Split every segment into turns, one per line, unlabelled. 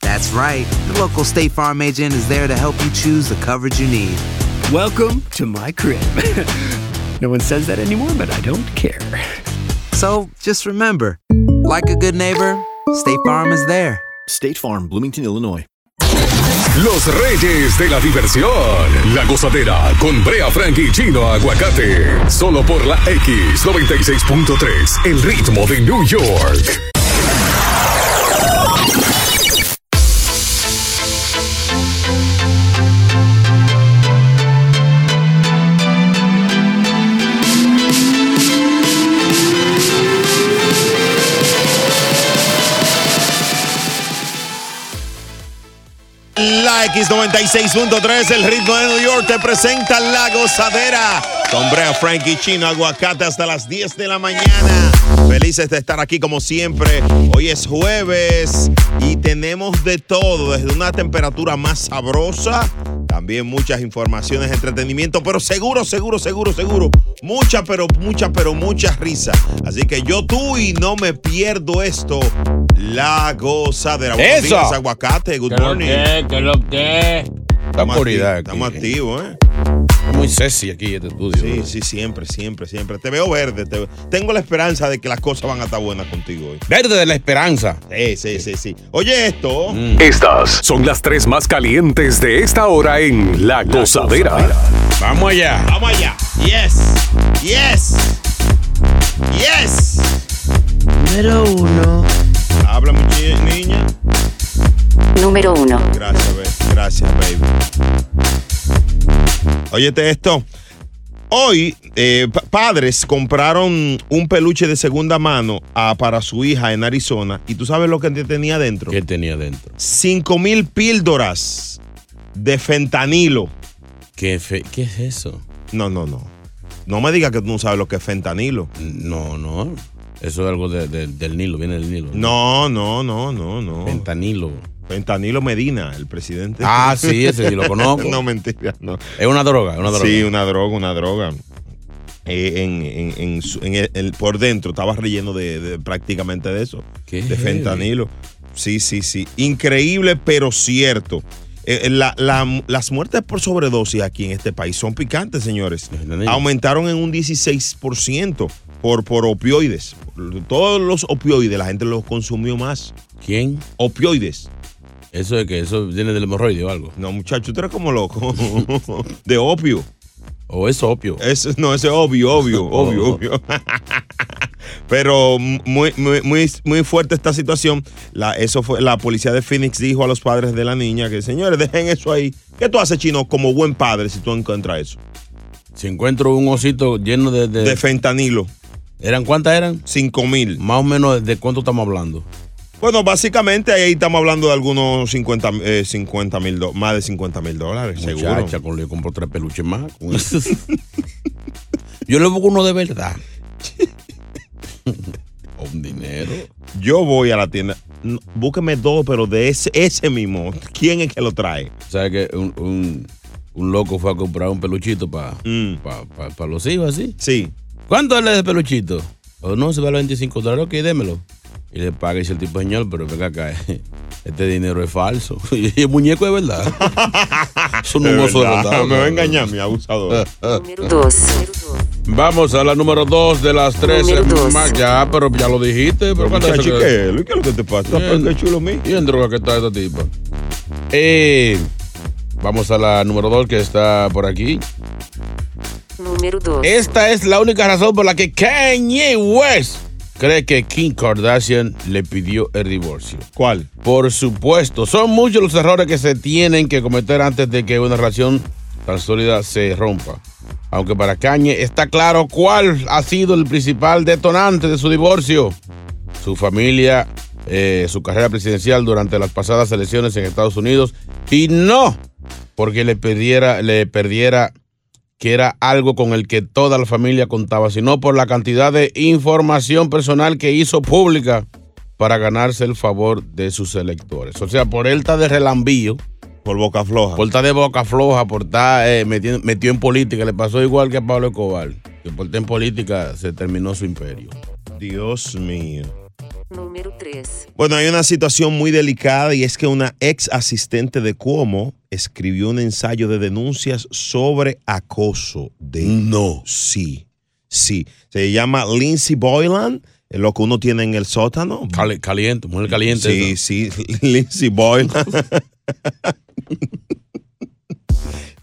That's right. The local State Farm agent is there to help you choose the coverage you need.
Welcome to my crib. no one says that anymore, but I don't care.
So just remember like a good neighbor, State Farm is there.
State Farm, Bloomington, Illinois.
Los reyes de la diversión. La gozadera con Brea Frank y Chino Aguacate. Solo por la X96.3, el ritmo de New York.
La X96.3, el ritmo de New York, te presenta La Gozadera. Con Brea, Frankie, Chino, Aguacate hasta las 10 de la mañana. Felices de estar aquí como siempre. Hoy es jueves y tenemos de todo, desde una temperatura más sabrosa, también muchas informaciones, entretenimiento, pero seguro, seguro, seguro, seguro, mucha, pero mucha, pero mucha risa. Así que yo tú y no me pierdo esto. La gozadera. Buenos
¡Eso!
días, Aguacate. Good
¿Qué lo
morning.
que, qué lo que?
Estamos
Seguridad aquí.
activos, estamos activos, ¿eh? Muy sexy aquí este estudio. Sí, sí, siempre, siempre, siempre. Te veo verde. te- Tengo la esperanza de que las cosas van a estar buenas contigo hoy.
Verde de la esperanza.
Sí, sí, sí, sí. Oye esto.
Estas son las tres más calientes de esta hora en La Gozadera.
Vamos allá.
Vamos allá. Yes. Yes. Yes.
Número uno.
Habla muchi- niña.
Número uno.
Gracias, ba- gracias, baby. Óyete esto. Hoy, eh, pa- padres compraron un peluche de segunda mano ah, para su hija en Arizona. ¿Y tú sabes lo que tenía dentro? ¿Qué
tenía dentro?
5 mil píldoras de fentanilo.
¿Qué, fe- ¿Qué es eso?
No, no, no. No me digas que tú no sabes lo que es fentanilo.
No, no. Eso es algo de- de- del Nilo, viene del Nilo.
No, no, no, no, no.
Fentanilo.
Fentanilo Medina, el presidente.
Ah, sí, ese sí lo conozco.
no, mentira, no.
Es una droga, es una droga.
Sí, una droga, una droga. Eh, en, en- en su- en el, el- por dentro estaba relleno de, de prácticamente de eso. de
heavy.
fentanilo. Sí, sí, sí. Increíble, pero cierto. Eh, eh, la- la- las muertes por sobredosis aquí en este país son picantes, señores. Aumentaron en un 16% por, por opioides. Todos los opioides, la gente los consumió más.
¿Quién?
Opioides.
Eso es que eso viene del hemorroide o algo.
No, muchacho, tú eres como loco. De opio.
O es opio.
Es, no, ese es obvio, obvio, obvio, obvio. Pero muy, muy, muy, muy fuerte esta situación. La, eso fue, la policía de Phoenix dijo a los padres de la niña que, señores, dejen eso ahí. ¿Qué tú haces, chino, como buen padre si tú encuentras eso?
Si encuentro un osito lleno de... De,
fentanilo.
¿Eran cuántas eran?
Cinco mil.
Más o menos, ¿de cuánto estamos hablando?
Bueno, básicamente ahí estamos hablando de algunos 50 mil, más de 50 mil dólares, seguro.
Muchacha, con, le compro tres peluches más. con eso. Yo le busco uno de verdad. Un dinero.
Yo voy a la tienda. no, búsqueme dos, pero de ese, ese mismo. ¿Quién es que lo trae?
¿Sabes que Eh, un, un- un loco fue a comprar un peluchito para los hijos así?
Mm. Sí.
¿Cuánto vale ese peluchito? O no, se vale 25 dólares, ok, démelo. Y le paga y dice el tipo, señor, pero venga acá, este dinero es falso. Y el muñeco es verdad. Eso no es un
De
oso de
verdad,
verdad.
me va a engañar, mi abusador.
Dos.
Vamos a la número 2 de las eh. 13.
Número dos.
más. Ya, pero ya lo dijiste. Pero
muchacho,
parece
¿qué? Luis, ¿qué es lo que te pasa?
Bien.
Pero qué chulo mío.
¿Y en droga que está esta tipa? Eh, vamos a la número 2 que está por aquí.
Número 2.
Esta es la única razón por la que Kanye West cree que Kim Kardashian le pidió el divorcio.
¿Cuál?
Por supuesto, son muchos los errores que se tienen que cometer antes de que una relación tan sólida se rompa. Aunque para Kanye está claro cuál ha sido el principal detonante de su divorcio. Su familia, eh, su carrera presidencial durante las pasadas elecciones en Estados Unidos y no porque le perdiera, le perdiera que era algo con el que toda la familia contaba, sino por la cantidad de información personal que hizo pública para ganarse el favor de sus electores. O sea, por él está de relambío.
Por boca floja.
Por estar de boca floja, por estar eh, metiendo- metido en política. Le pasó igual que a Pablo Escobar, que por estar en política se terminó su imperio.
Dios mío.
Número 3.
Bueno, hay una situación muy delicada y es que una ex asistente de Cuomo escribió un ensayo de denuncias sobre acoso de
No.
Sí, sí. Se llama Lindsay Boylan, eh, lo que uno tiene en el sótano.
caliente, mujer caliente.
Sí,
eso.
sí, Lindsay Boylan.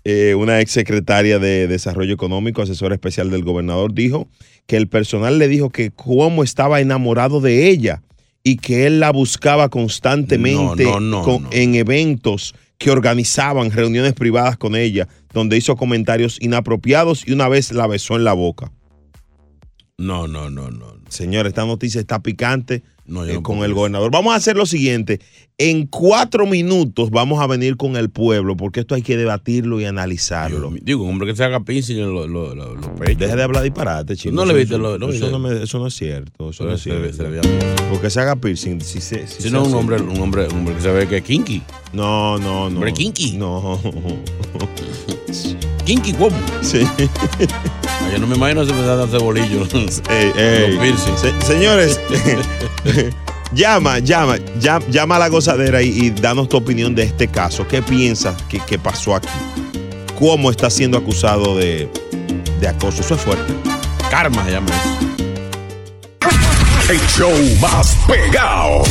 Eh, una ex secretaria de Desarrollo Económico, asesora especial del gobernador, dijo que el personal le dijo que Cuomo estaba enamorado de ella y que él la buscaba constantemente
No, no, no,
con- en eventos que organizaban, reuniones privadas con ella, donde hizo comentarios inapropiados y una vez la besó en la boca.
No, no, no, no.
Señor, esta noticia está picante eh,
no
con el gobernador. Vamos a hacer lo siguiente. En cuatro minutos vamos a venir con el pueblo, porque esto hay que debatirlo y analizarlo.
Digo, un hombre que se haga piercing en los lo, lo- los pechos.
Deja de hablar disparate, chico.
No le
Eso-
viste lo- no
eso,
viste.
no me- eso no es cierto. Eso no es
Se ve-
cierto.
se veía-
Porque se haga piercing. Si, se,
Si no, un hombre, un hombre, un hombre que se ve que es kinky.
No, no, no.
Hombre kinky.
No.
kinky cómo?
Sí.
Yo no me imagino si me dan ese bolillo.
Ey, ey.
Los piercing.
Se- señores, Este, llama, llama, llama, llama a la gozadera y, y danos tu opinión de este caso. ¿Qué piensas que, que pasó aquí? ¿Cómo está siendo acusado de, de acoso? Eso es fuerte.
Karma se llama
El show más pegado.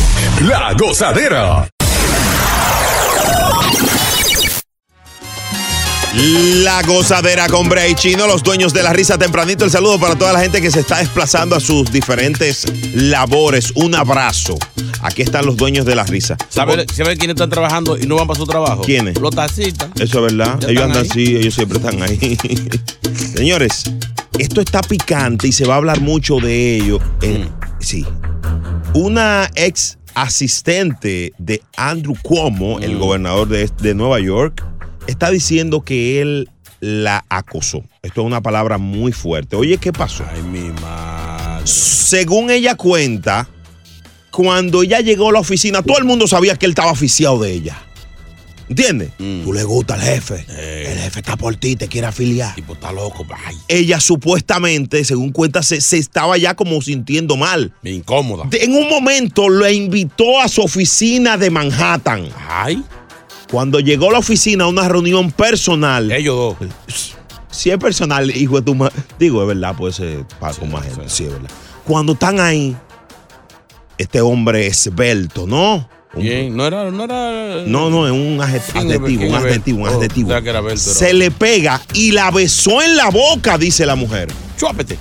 La gozadera.
La gozadera con Bray Chino, los dueños de la risa tempranito. El saludo para toda la gente que se está desplazando a sus diferentes labores. Un abrazo. Aquí están los dueños de la risa.
¿Sabe, sabe quiénes están trabajando y no van para su trabajo?
¿Quiénes?
Los taxistas.
Eso es verdad.
Ya
Ellos
están
andan
ahí.
así, ellos siempre están ahí. Señores, esto está picante y se va a hablar mucho de ello. en-
Mm.
Sí. Una ex asistente de Andrew Cuomo,
Mm.
el gobernador de, de Nueva York, está diciendo que él la acosó. Esto es una palabra muy fuerte. Oye, ¿qué pasó?
Ay, mi madre.
Según ella cuenta, cuando ella llegó a la oficina, todo el mundo sabía que él estaba oficiado de ella. ¿Entiendes?
Mm.
Tú le gusta al jefe. El jefe está por ti, te quiere afiliar.
Tipo, Eh. pues está loco, ay.
Ella supuestamente, según cuenta, se, se estaba ya como sintiendo mal.
Incómoda.
De- En un momento la invitó a su oficina de Manhattan.
Ay.
Cuando llegó a la oficina a una reunión personal.
Ellos dos.
Si es personal, hijo de tu madre. Digo, es verdad, puede ser para con más gente. Sí, es verdad. Cuando están ahí, este hombre esbelto, ¿no? Un-
Bien, no era, no era.
No, no, es un adjet-
¿Quién es-
adjetivo,
quién
un
es Bel-
adjetivo, un
Oh,
adjetivo.
pensaba que era Belto, era
Se le pega y la besó en la boca, dice la mujer.
Chúpete.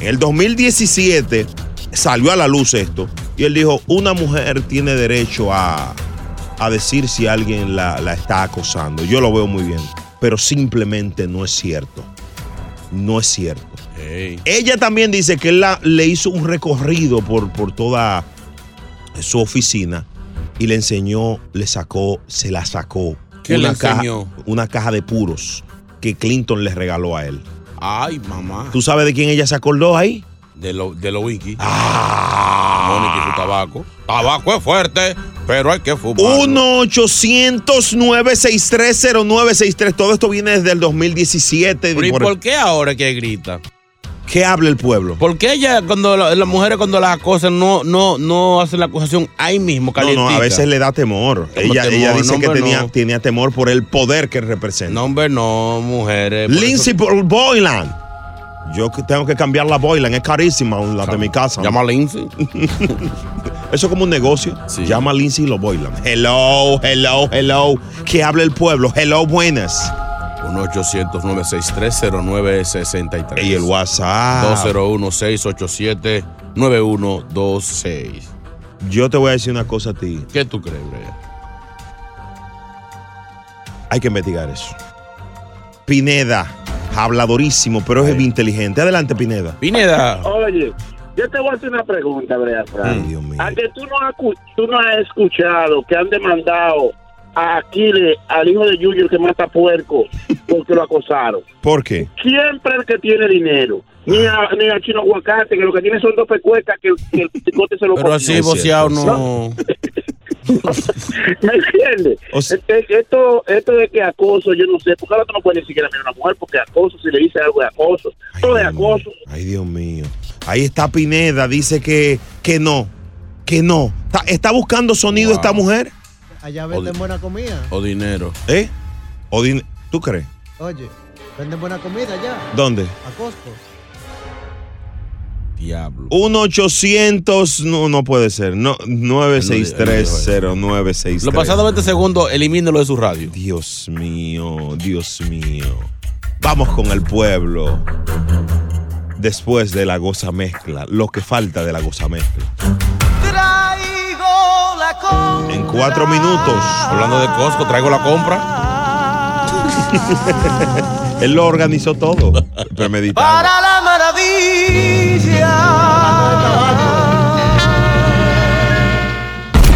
En el 2017 salió a la luz esto y él dijo, una mujer tiene derecho a, a decir si alguien la, la está acosando. Yo lo veo muy bien, pero simplemente no es cierto. No es cierto.
Ey.
Ella también dice que él la- le hizo un recorrido por, por toda su oficina y le enseñó, le sacó, se la sacó.
¿Qué le
caja,
enseñó?
una caja de puros que Clinton le regaló a él.
Ay, mamá.
¿Tú sabes de quién ella se acordó ahí?
de lo, de lo wiki.
Ah.
Mónica y su tabaco. Tabaco es fuerte, pero hay que fumar.
1-800-963-0963. Todo esto viene desde el 2017.
Pero, ¿Y
Por-
por qué ahora que grita?
¿Qué habla el pueblo?
Porque ella, cuando la- las mujeres cuando las acosan, no, no, no hacen la acusación ahí mismo,
No,
calientita.
no, a veces le da temor.
Como
Ella, ella
temor,
dice
no,
que
hombre,
tenía,
no.
tenía temor por el poder que representa.
No, hombre, no, mujeres. por
Lindsay Bo- Boylan. Yo que tengo que cambiar la Boylan, es carísima la de mi casa. Llama
a Lindsay.
Eso es como un negocio. Llama a Lindsay y lo Boylan. Hello, hello, hello. Que hable el pueblo. Hello, buenas.
1-800-963-0963. Y el
WhatsApp.
201-687-9126.
Yo te voy a decir una cosa a ti.
¿Qué tú crees, Brea?
Hay que investigar eso. Pineda, habladorísimo, pero es inteligente. Adelante, Pineda.
Pineda.
Oye, yo te voy a hacer una pregunta, Brea Frank.
Ay, Dios mío.
¿A que tú no, has, cu- tú no has escuchado que han demandado a Aquiles, al hijo de Junior que mata puerco, porque lo acosaron?
¿Por qué?
Siempre el que tiene dinero. Ni a, ni a Chino Aguacate, que lo que tiene son dos pecuecas que, que el chicote se lo
Pero
comió.
así boceado no.
¿Me entiendes? Este- esto, esto de que acoso, yo no sé, porque ahora tú no puedes ni siquiera mirar a una mujer porque acoso, si le dice algo de acoso, todo es acoso.
Ay, Dios mío. Ahí está Pineda, dice que, que no, que no. Está, está buscando sonido esta mujer?
Allá venden
Odio.
buena comida.
O dinero.
¿Eh? O din- ¿Tú crees?
Oye, venden buena comida allá.
¿Dónde?
A Costco.
1-800, no, no puede ser. No, 9630963.
Los pasados 20 segundos, elimínelo de su radio.
Dios mío, Dios mío. Vamos con el pueblo. Después de la goza mezcla, lo que falta de la goza mezcla.
Traigo la con.
En cuatro minutos.
Hablando de Costco, traigo la
compra. Él lo organizó todo. Premeditado.
Para la maravilla.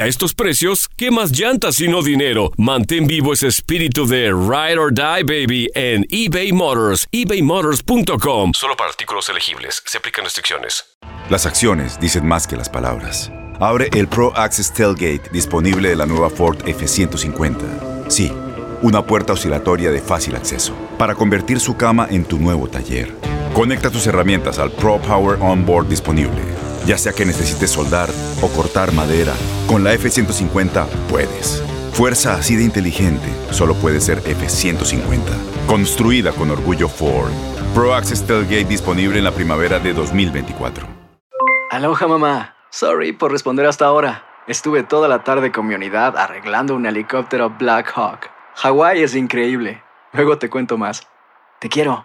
a estos precios, ¿qué más llantas y no dinero? Mantén vivo ese espíritu de Ride or Die, baby, en eBay Motors, ebaymotors.com. Solo para artículos elegibles, se aplican restricciones.
Las acciones dicen más que las palabras. Abre el Pro Access Tailgate disponible de la nueva Ford F-150. Sí, una puerta oscilatoria de fácil acceso para convertir su cama en tu nuevo taller. Conecta tus herramientas al Pro Power Onboard disponible. Ya sea que necesites soldar o cortar madera, con la F-150 puedes. Fuerza así de inteligente solo puede ser F-150. Construida con orgullo Ford. Pro Access Tailgate disponible en la primavera de 2024.
Aloha mamá. Sorry por responder hasta ahora. Estuve toda la tarde con mi unidad arreglando un helicóptero Black Hawk. Hawái es increíble. Luego te cuento más. Te quiero.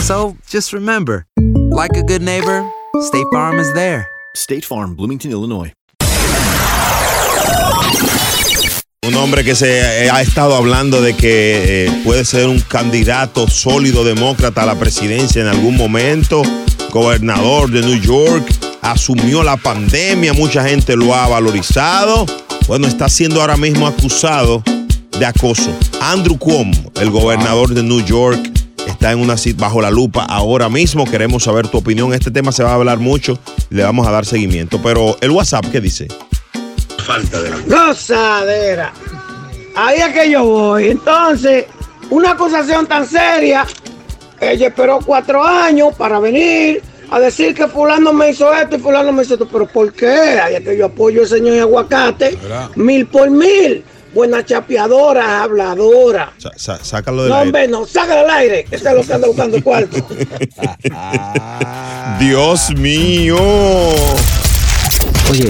So just remember like a good neighbor, State Farm is there.
State Farm, Bloomington, Illinois.
Un hombre que se eh, ha estado hablando de que eh, puede ser un candidato sólido demócrata a la presidencia en algún momento, gobernador de New York, asumió la pandemia, mucha gente lo ha valorizado. Bueno, está siendo ahora mismo acusado de acoso. Andrew Cuomo, el gobernador de New York, está en una sit- bajo la lupa ahora mismo. Queremos saber tu opinión. Este tema se va a hablar mucho. Le vamos a dar seguimiento. Pero el WhatsApp, ¿qué dice? Falta de la
Rosadera. Ahí es que yo voy. Entonces, una acusación tan seria, ella esperó cuatro años para venir
a decir que fulano me hizo esto y fulano me hizo esto. Pero ¿por qué? Ahí es que yo apoyo al señor aguacate.
¿Verdad?
Mil por mil. Buena chapeadora, habladora.
Sa- sa- sácalo del
No,
aire.
hombre, no, sácala al aire. que Está lo que anda buscando cuarto.
Dios mío.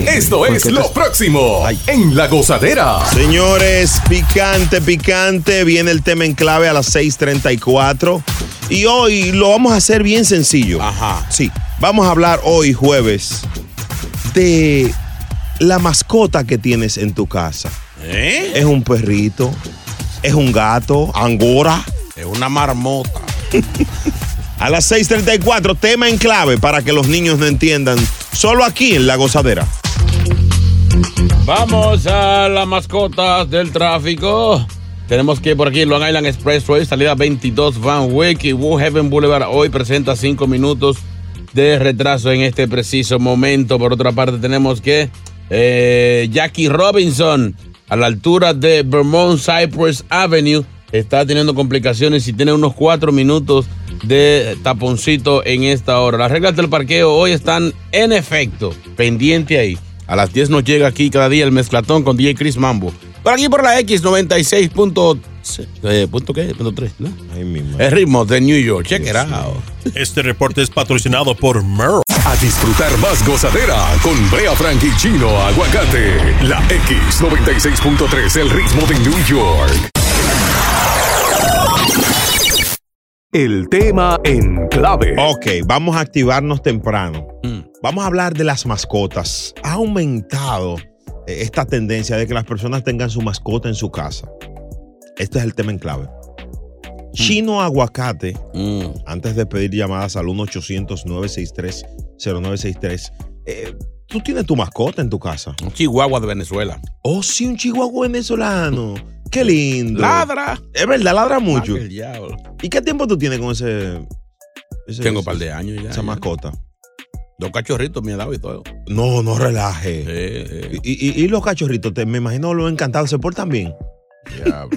Esto es lo próximo en La Gozadera.
Señores, picante, picante. Viene el tema en clave a las 6:34. Y hoy lo vamos a hacer bien sencillo. Ajá. Sí. Vamos a hablar hoy, jueves, de la mascota que tienes en tu casa. ¿Eh? Es un perrito, es un gato, angora. Es una marmota. a las 6:34, tema en clave para que los niños no entiendan. Solo aquí en La Gozadera.
Vamos a las mascotas del tráfico. Tenemos que ir por aquí Long Island Expressway, salida 22 Van Wyck y Woodhaven Boulevard. Hoy presenta 5 minutos de retraso en este preciso momento. Por otra parte, tenemos que eh, Jackie Robinson, a la altura de Vermont Cypress Avenue, está teniendo complicaciones y tiene unos 4 minutos de taponcito en esta hora. Las reglas del parqueo hoy están en efecto, pendiente ahí. A las 10 nos llega aquí cada día el mezclatón con DJ Chris Mambo. Por aquí por la X96. Punto, eh, ¿Punto qué? Punto 3, ¿no? El ritmo de New York. Check it out.
Este reporte es patrocinado por Merle.
A disfrutar más gozadera con Brea Frank y Chino Aguacate. La X96.3, el ritmo de New York.
El tema en clave. Ok, vamos a activarnos temprano. Vamos a hablar de las mascotas. Ha aumentado eh, esta tendencia de que las personas tengan su mascota en su casa. Este es el tema en clave. Chino Aguacate, antes de pedir llamadas al 1-800-963-0963, eh, tú tienes tu mascota en tu casa.
Un chihuahua de Venezuela.
Oh, sí, un chihuahua venezolano. Qué lindo.
Ladra.
Es verdad, ladra mucho.
Ah, el diablo.
¿Y qué tiempo tú tienes con ese? ese-
Tengo un par de años ya.
Esa
ya.
mascota.
Dos cachorritos me ha dado y todo.
No, no relaje. Y, y- y los cachorritos, te- me imagino lo encantado, se portan bien.
Diablo.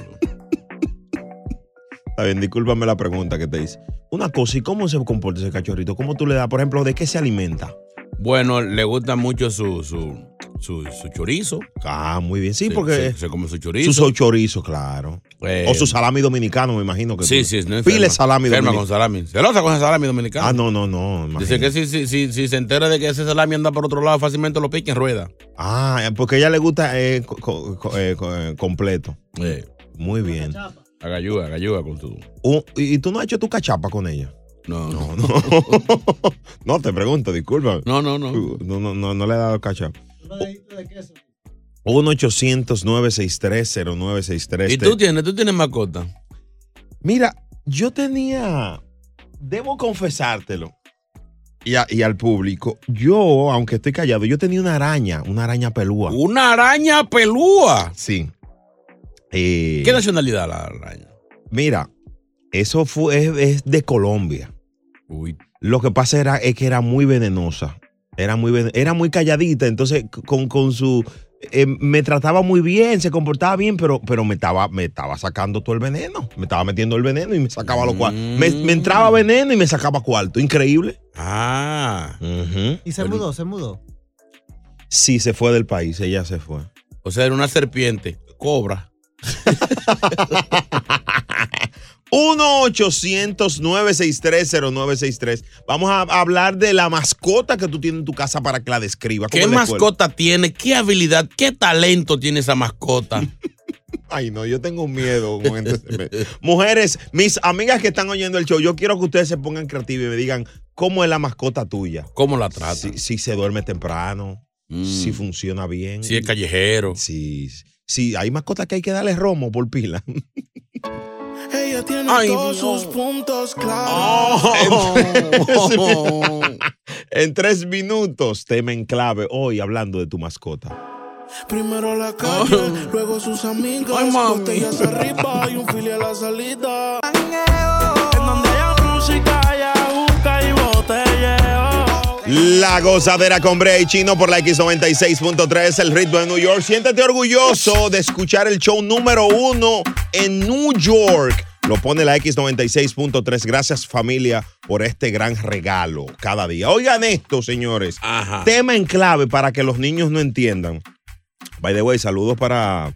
Está bien, discúlpame la pregunta que te hice. Una cosa, ¿y cómo se comporta ese cachorrito? ¿Cómo tú le das, por ejemplo, de qué se alimenta?
Bueno, le gusta mucho su, su, su, su chorizo.
Ah, muy bien. Sí,
Se-
porque
Se, se come su chorizo.
Sus chorizos, claro.
Eh,
o su salami dominicano, me imagino que
Sí,
tú-
sí, no enferma.
Pile salami
Enferma
dominicano.
con salami. Celosa con salami dominicano.
Ah, no, no, no.
Dice
imagínate.
que si, si, si, si se entera de que ese salami anda por otro lado, fácilmente lo pica en rueda.
Ah, porque a ella le gusta eh, co- co- co- eh, co- eh, completo. Muy bien.
Agayúa, agayúa con tu.
Un- ¿Y y tú no has hecho tu cachapa con ella?
No,
no, no. No, te pregunto, disculpa.
No, no, no.
No, no, no, no le he dado cachapa. 1 800 963 0963
¿Y tú tienes? ¿Tú tienes mascota?
Mira, yo tenía. Debo confesártelo. Y, a- y al público, yo, aunque estoy callado, yo tenía una araña, una araña pelúa.
¿Una araña pelúa?
Sí. Eh,
¿Qué nacionalidad la araña?
Mira, eso fue, es, es de Colombia. Lo que pasa era, es que era muy venenosa. Era muy, vene- era muy calladita. Entonces, c- con, con su. eh, me trataba muy bien, se comportaba bien, pero, pero me, estaba, me estaba sacando todo el veneno. Me estaba metiendo el veneno y me sacaba los cuartos. Me,
Mm.
me entraba veneno y me sacaba cuarto. Increíble.
Ah.
Y se mudó, se mudó.
Sí, se fue del país. Ella se fue.
O sea, era una serpiente. Cobra.
1-800-963-0963. Vamos a hablar de la mascota que tú tienes en tu casa para que la describas.
¿Qué
¿Cómo la
mascota tiene? ¿Qué habilidad? ¿Qué talento tiene esa mascota?
Ay, no, yo tengo miedo. con gente que se me- Mujeres, mis amigas que están oyendo el show, yo quiero que ustedes se pongan creativas y me digan cómo es la mascota tuya.
¿Cómo la trata?
Si, si se duerme temprano, si funciona bien.
Si es callejero.
Si, si hay mascotas que hay que darle romo por pila.
Ella tiene
Ay,
todos
no.
sus puntos claros.
Oh.
Eh,
En- en tres minutos, tema en clave hoy hablando de tu mascota.
Primero la calle,
Oh.
luego sus amigas. botellas arriba y un filial a la salida. En donde haya música, haya busca y botelleo.
La gozadera con Brea y Chino por la X96.3, el ritmo de New York. Siéntate orgulloso de escuchar el show número uno en New York. Lo pone la X96.3. Gracias familia por este gran regalo cada día. Oigan esto, señores.
Ah.
Tema en clave para que los niños no entiendan. By the way, saludos para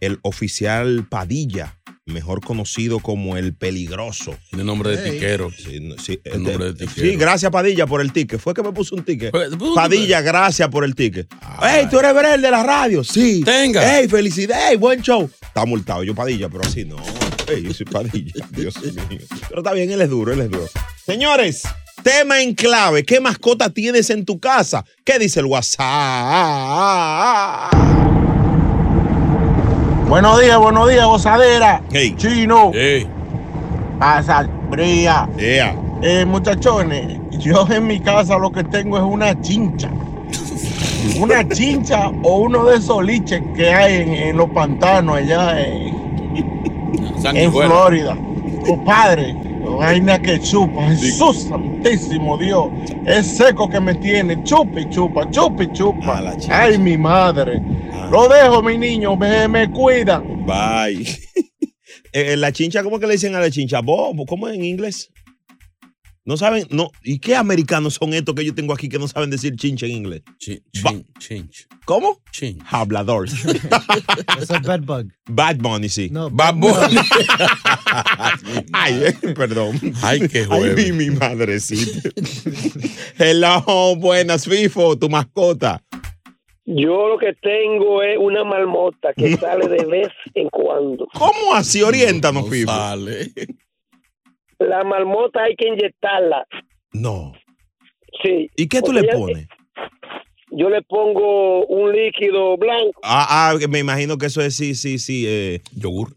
el oficial Padilla, mejor conocido como el peligroso.
El nombre de
Hey.
tiquero.
Sí, este,
el nombre de
Sí,
tiquero.
gracias Padilla por el ticket. Fue que me puso un ticket.
Fue- puso un
Padilla, gracias por el ticket. ¡Ey, tú eres Brel de la radio! Sí. Tenga. ¡Ey, felicidades! buen show! Está multado yo Padilla, pero así no. Ey, yo soy Padilla, Dios mío. Pero está bien, él es duro, él es duro. Señores, tema en clave. ¿Qué mascota tienes en tu casa? ¿Qué dice el WhatsApp?
Buenos días, buenos días, gozadera.
Hey.
Chino. Pasa fría.
Yeah.
Eh, muchachones, yo en mi casa lo que tengo es una chincha. una chincha o uno de esos liches que hay en, en los pantanos allá en, en
Sanguijuela.
Florida. Compadre, vaina que chupa. Jesús santísimo Dios. Es seco que me tiene. Chupa y chupa, chupa y chupa. Ay, mi madre. Lo dejo, mi niño. Me, me cuidan.
Bye. Eh, la chincha, ¿cómo que le dicen a la chincha? Bobo, ¿cómo es en inglés? No saben, no. ¿Y qué americanos son estos que yo tengo aquí que no saben decir chincha en inglés? Ba- ¿Cómo? Hablador.
Eso es bad bug.
Bad Bunny, sí.
Bad
Bunny. Ay, eh, perdón.
Ay, qué
Ay,
jueves.
mi, mi madrecita. Hello, buenas, FIFO, tu mascota.
Yo lo que tengo es una marmota que sale de vez en cuando.
¿Cómo así? Oriéntanos, FIFO.
La marmota hay que inyectarla.
No.
Sí.
¿Y qué tú
Porque
le
ella-
pones?
Yo le pongo un líquido blanco.
Ah, ah, me imagino que eso es sí, sí, sí. ¿Yogur?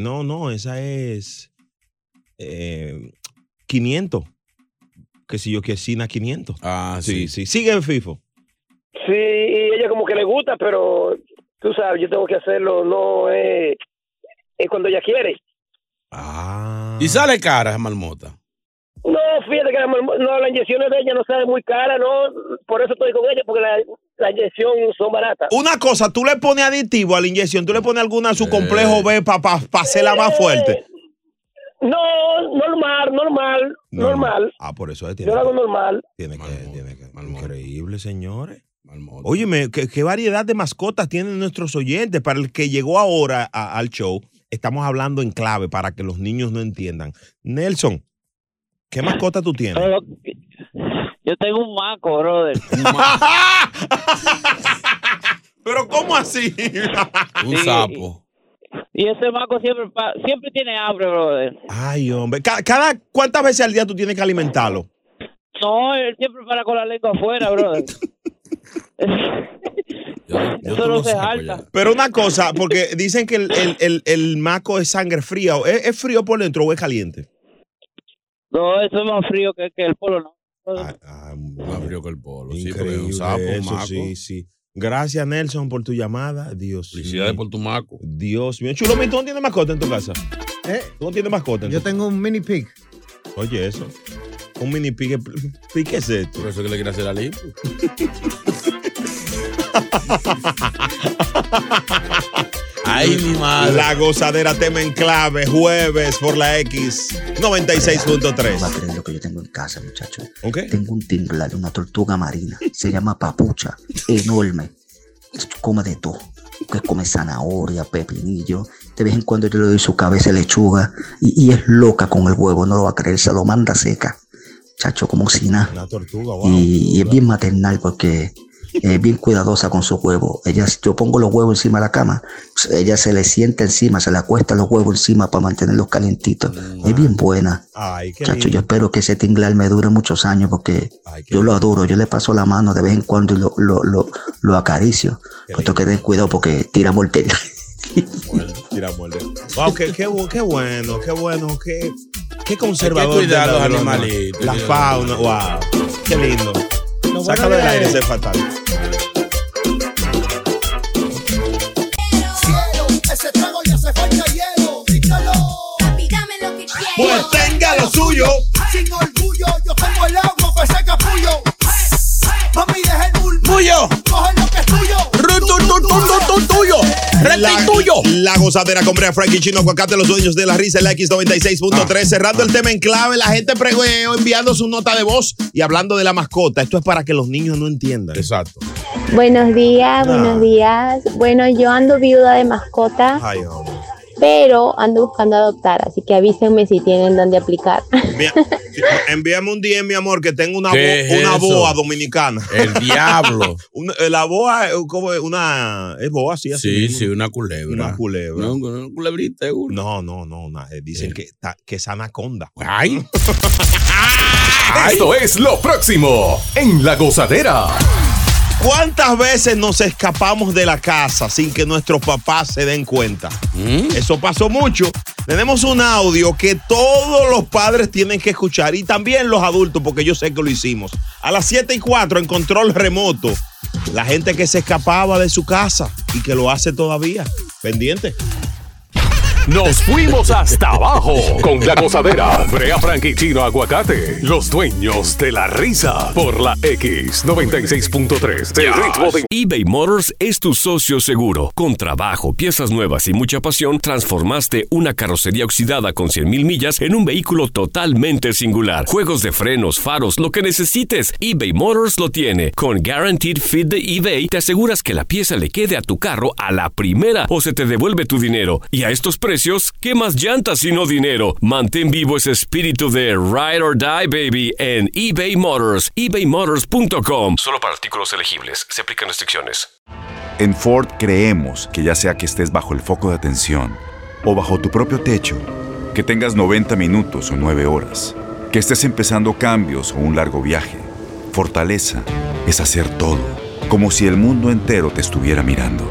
no, no, esa es eh, 500. Que si yo quesina 500. Ah, sí. Sí, Sigue FIFO.
Sí, y ella como que le gusta, pero tú sabes, yo tengo que hacerlo, no es, es cuando ella quiere.
Y sale cara, Malmota.
No, fíjate que la, marmo- no, las inyecciones de ella no salen muy caras, no, por eso estoy con ella, porque la- las inyecciones son baratas.
Una cosa, tú le pones aditivo a la inyección, tú le pones alguna a su complejo B para hacerla más
Eh,
fuerte.
No, normal, normal, normal.
Ah, por eso es.
Yo lo hago normal.
Tiene que, tiene que. Increíble, señores. Óyeme, ¿qué, qué variedad de mascotas tienen nuestros oyentes. Para el que llegó ahora a- al show, estamos hablando en clave para que los niños no entiendan. Nelson, ¿qué mascota tú tienes?
Yo tengo un maco, brother.
Pero ¿cómo así?
Un
Sí.
sapo.
Y ese maco siempre pa- siempre tiene hambre, brother.
Ay, hombre. Ca- Cada, ¿Cuántas veces al día tú tienes que alimentarlo?
No, él siempre para con la lengua afuera, brother. Eso no se jalta.
Pero una cosa, porque dicen que el, el- el- el maco es sangre fría. ¿o ¿Es, es frío por dentro o es caliente?
No, eso es más frío que, que el polo, no.
Ah, Más frío que el polo.
sí, porque es un sapo, un maco.
sí, sí. Gracias, Nelson, por tu llamada. Dios
Felicidades por tu maco.
Dios mío. Chulomi, ¿tú no tienes mascota en tu casa? ¿Tú no tienes mascota? ¿Eh? Yo tengo un mini pig. Oye, eso. Un mini pig. ¿Pig qué es esto?
Por eso que le quiere hacer la lipo.
Ay, mi madre. La gozadera tema en clave, jueves por la X 96.3.
lo que yo tengo en casa, muchachos. Tengo un tinglar, una tortuga marina. Se llama papucha. Enorme. Come de todo. Que come zanahoria, pepinillo. De vez en cuando yo le doy su cabeza de lechuga. Y, y es loca con el huevo. No lo va a creer. Se lo manda seca. Chacho, como si nada.
Una tortuga,
Y, y es bien maternal porque es bien cuidadosa con su huevo. Ella, yo pongo los huevos encima de la cama, ella se le sienta encima, se le acuesta los huevos encima para mantenerlos calentitos. Es bien buena.
Ay, qué
Chacho,
lindo.
yo espero que ese tinglar me dure muchos años porque yo lo adoro. Yo le paso la mano de vez en cuando y lo, lo, lo, lo acaricio. Pero tengo que tener cuidado porque tira mortel.
Tira muerde. Wow, qué, qué bu- qué bueno, qué bueno, qué, qué conservador.
Hay que cuidar
de la-
los
de los
animalitos.
La fauna, wow. Qué lindo. Sácalo del aire, ese es fatal.
Ese trago ya se fue cayendo. Papi, dame lo que quiero.
Pues tenga lo suyo.
Sin orgullo, yo tengo el agua para ese capullo. Mami, deja el bulbo. Coge lo que es tuyo.
tuyo.
Reti tuyo.
La, La Gozadera con Brea Frank y Chino Aguacate, los dueños de la risa, el
Ah.
X96.3. Cerrando el tema en clave, la gente pregüe- enviando su nota de voz y hablando de la mascota. Esto es para que los niños no entiendan. Exacto.
Buenos días,
Ah.
buenos días. Bueno, yo ando viuda de mascota, pero ando buscando adoptar, así que avísenme si tienen dónde aplicar.
Envíame un DM, mi amor, que tengo una, bo-
¿Qué es
una
eso?
boa dominicana.
El diablo.
Una- la boa es como una. Es boa, sí, así.
Sí,
mismo.
sí, una culebra.
Una culebra.
No,
culebrita, No, no, no. na- Dicen que, ta- que es anaconda.
Eh. Ay.
Esto es lo próximo en La Gozadera.
¿Cuántas veces nos escapamos de la casa sin que nuestros papás se den cuenta?
Mm.
Eso pasó mucho. Tenemos un audio que todos los padres tienen que escuchar y también los adultos, porque yo sé que lo hicimos. A las 7 y 4 en control remoto, la gente que se escapaba de su casa y que lo hace todavía. Pendiente.
Nos fuimos hasta abajo con La Gozadera. Brea Frank y Chino Aguacate, los dueños de la risa por la X96.3. El ritmo de
eBay Motors es tu socio seguro. Con trabajo, piezas nuevas y mucha pasión, transformaste una carrocería oxidada con 100.000 millas en un vehículo totalmente singular. Juegos de frenos, faros, lo que necesites, eBay Motors lo tiene. Con Guaranteed Fit de eBay, te aseguras que la pieza le quede a tu carro a la primera o se te devuelve tu dinero. Y a estos precios, ¿qué más llantas sino dinero? Mantén vivo ese espíritu de Ride or Die, baby, en eBay Motors. ebaymotors.com. Solo para artículos elegibles. Se aplican restricciones.
En Ford creemos que ya sea que estés bajo el foco de atención o bajo tu propio techo, que tengas 90 minutos o 9 horas, que estés empezando cambios o un largo viaje, fortaleza es hacer todo, como si el mundo entero te estuviera mirando.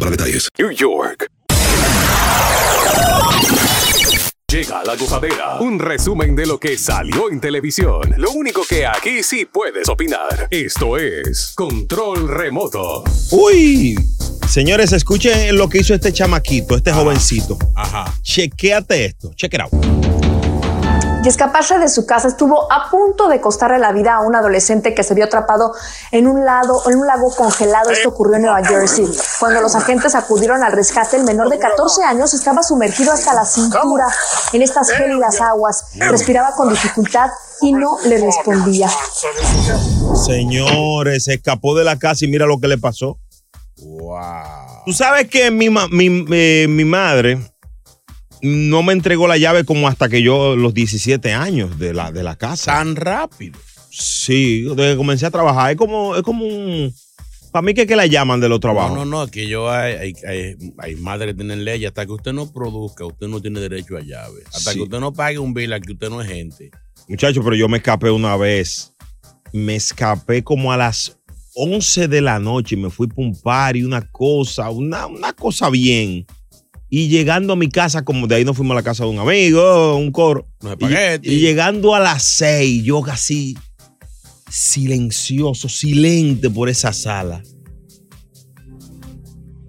para detalles.
New York. Llega la gozadera, un resumen de lo que salió en televisión. Lo único que aquí sí puedes opinar. Esto es Control Remoto.
Uy. Señores, escuchen lo que hizo este chamaquito, este jovencito. Ajá. Chequéate esto. Check it out.
Y escaparse de su casa estuvo a punto de costarle la vida a un adolescente que se vio atrapado en un, lado, en un lago congelado. Esto ocurrió en Nueva Jersey. Cuando los agentes acudieron al rescate, el menor de 14 años estaba sumergido hasta la cintura en estas gélidas aguas. Respiraba con dificultad y no le respondía.
Señores, se escapó de la casa y mira lo que le pasó. Wow. Tú sabes que mi, ma- mi- eh, mi madre no me entregó la llave como hasta que yo, los 17 años de la, de la casa. Tan rápido. Sí, desde que comencé a trabajar. Es como, es como un. Para mí que, que la llaman de los trabajos.
No, no, no, que yo hay, hay, hay- hay madres que tienen ley. Hasta que usted no produzca, usted no tiene derecho a llave. Hasta
Sí.
que usted no pague un bill, que usted no es gente.
Muchachos, pero yo me escapé una vez. Me escapé como a las 11 de la noche y me fui para un party, una cosa, una, una cosa bien. Y llegando a mi casa, como de ahí nos fuimos a la casa de un amigo, un coro. Y, y llegando a las 6, yo casi silencioso, silente por esa sala.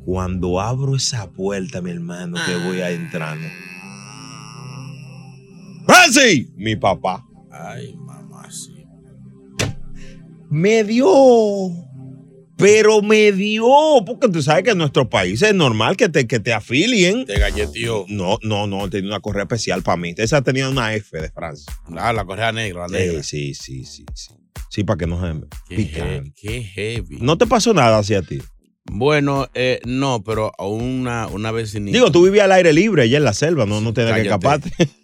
Cuando abro esa puerta, mi hermano, que voy a entrar. ¡Francis! Mi papá. Ay, mamá, sí. Me dio Pero me dio, porque tú sabes que en nuestro país es normal que te, que te afilien.
Te galleteó.
No, no, no, tenía una correa especial para mí. Esa tenía una F de Francia.
Ah, la correa negra, la negra.
Sí, sí, sí, sí. Sí, para que no se me
Qué,
pican.
he- qué heavy.
¿No te pasó nada hacia ti?
Bueno, eh, no, pero a una, una vecinita.
Digo, tú vivías al aire libre allá en la selva, no, no tenías que
Cállate.
escaparte.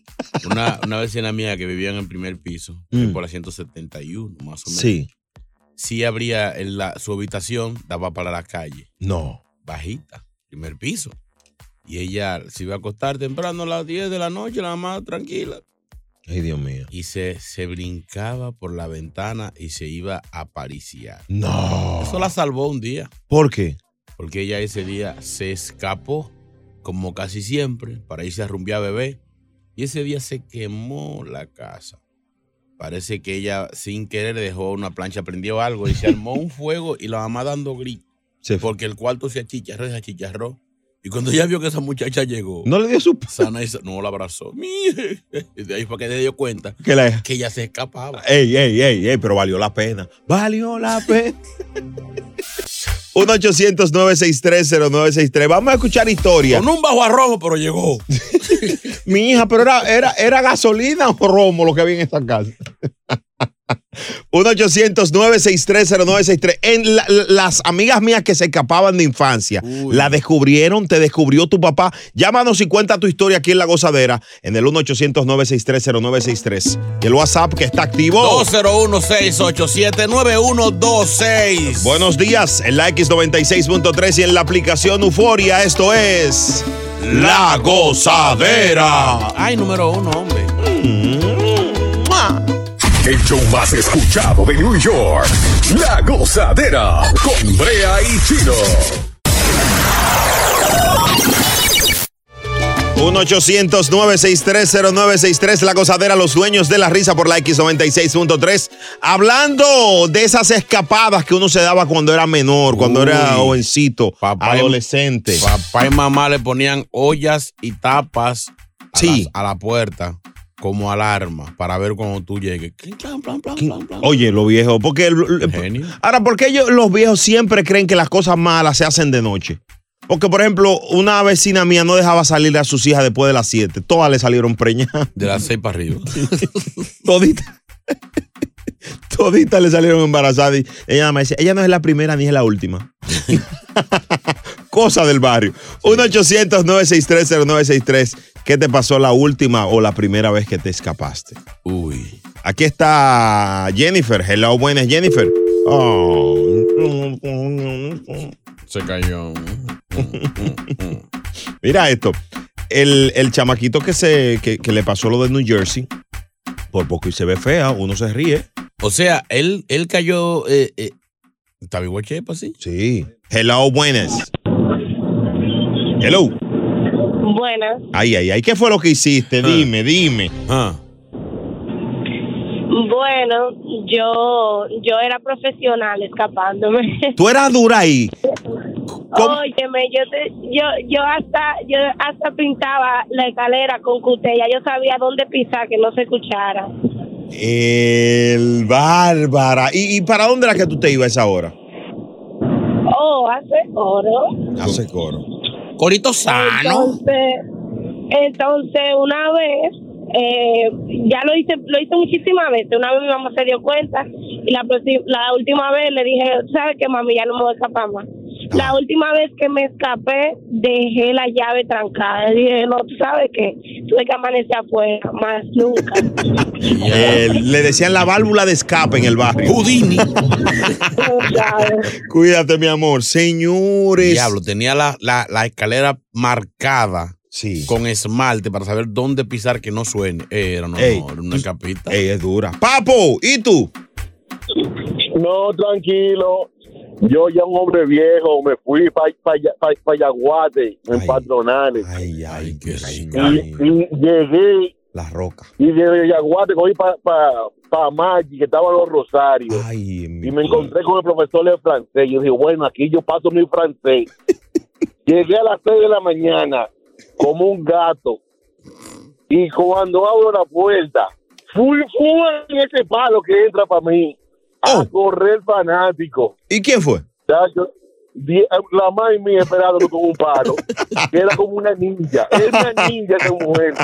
Una, una vecina mía que vivía en el primer piso, que
Mm.
por la 171, más o menos.
Sí.
Sí abría en la, su habitación, daba para la calle,
No.
bajita, primer piso. Y ella se iba a acostar temprano a las 10 de la noche, la más tranquila.
Ay, Dios mío.
Y se, se brincaba por la ventana y se iba a pariciar.
No.
Eso la salvó un día.
¿Por qué?
porque ella ese día se escapó, como casi siempre, para irse a rumbear a bebé. Y ese día se quemó la casa. Parece que ella, sin querer, dejó una plancha, prendió algo y se armó un fuego y la mamá dando gritos.
Se
Porque el cuarto se achicharró, se achicharró. Y cuando ella vio que esa muchacha llegó,
No le dio su.
sana y sa- no la abrazó. Mire. Y de ahí fue que se dio cuenta
Que la-
que ella se escapaba.
Ey, ey, ey, ey, pero valió la pena. Valió la pena. 1-800-963-0963. Vamos a escuchar historia.
Con un bajo a rojo, pero llegó.
Mi hija, pero era, era, era gasolina o romo lo que había en esta casa. 1-800-963-0963. En la- la- las amigas mías que se escapaban de infancia, la descubrieron, te descubrió tu papá. Llámanos y cuenta tu historia aquí en La Gozadera, en el 1-800-963-0963. Y el WhatsApp que está activo.
201-687-9126.
Buenos días, en la X96.3 y en la aplicación Euforia, esto es La Gozadera.
Ay, número uno, hombre. Mm.
Ah.
El show más escuchado de New York. La gozadera con Brea y Chino.
1-800-963-0963, La Gozadera, los dueños de la risa por la X96.3. Hablando de esas escapadas que uno se daba cuando era menor, cuando era
Uy.
jovencito,
y-
adolescente.
Papá y mamá le ponían ollas y tapas a, las- a la puerta como alarma para ver cuando tú llegues. Clink, clan, plan, plan, plan, plan.
Oye, los viejos, porque... el- ahora, ¿por qué ellos- los viejos siempre creen que las cosas malas se hacen de noche? Porque, por ejemplo, una vecina mía no dejaba salir a sus hijas después de las 7. Todas le salieron preñadas.
De las seis para arriba.
Todita. Toditas le salieron embarazadas. Y ella nada más dice, ella no es la primera ni es la última. Cosa del barrio. 1-800-963-0963. ¿Qué te pasó la última o la primera vez que te escapaste?
Uy.
Aquí está Jennifer. Hello, buenas, Jennifer. Oh.
Se cayó.
Mira esto. El, el chamaquito que, se, que, que le pasó lo de New Jersey, por poco y se ve fea, uno se ríe.
O sea, él, él cayó. Eh, eh, ¿Está vivo el Chepa, sí?
Sí. Hello, buenas. Hello.
Buenas.
Ay, ay, ay. ¿Qué fue lo que
Ah.
hiciste? Dime, dime.
Bueno, yo yo era profesional escapándome.
Tú eras dura ahí.
Óyeme, yo te, yo yo hasta yo hasta pintaba la escalera con cutella. Yo sabía dónde pisar que no se escuchara.
El bárbara. ¿Y, y para dónde era que tú te ibas a esa hora?
Oh, hace oro.
Hace coro.
Corito sano.
Entonces, entonces una vez, eh, ya lo hice, lo hice muchísimas veces. Una vez mi mamá se dio cuenta y la, próxima- la última vez le dije, ¿sabes qué, mami? Ya no me voy a escapar más.
Ah.
La última vez que me escapé, dejé la llave trancada. Y dije, no, tú sabes qué, tuve que amanecer afuera, más nunca.
Eh, le decían la válvula de escape en el barrio. Houdini. Cuídate, mi amor. Señores.
Diablo, tenía la, la- la escalera marcada. Con esmalte para saber dónde pisar que no suene. Eh, era, no,
Ey,
no, era una capita.
Ey, es dura. Papo, ¿y tú?
No, tranquilo. Yo ya un hombre viejo, me fui para Payaguate, en Patronales.
Ay, ay, qué
y, y llegué.
La roca.
Y desde Yaguate cogí para pa, pa Maggi, que estaban los Rosarios. y me encontré con el profesor de francés. Yo dije, bueno, aquí yo paso mi francés. llegué a las 6 de la mañana, como un gato. Y cuando abro la puerta, fui, fui en ese palo que entra para mí a correr fanático.
Oh. ¿Y quién fue?
Chacho, die- la madre mía esperándolo con un palo, que era como una ninja, era una ninja esa mujer.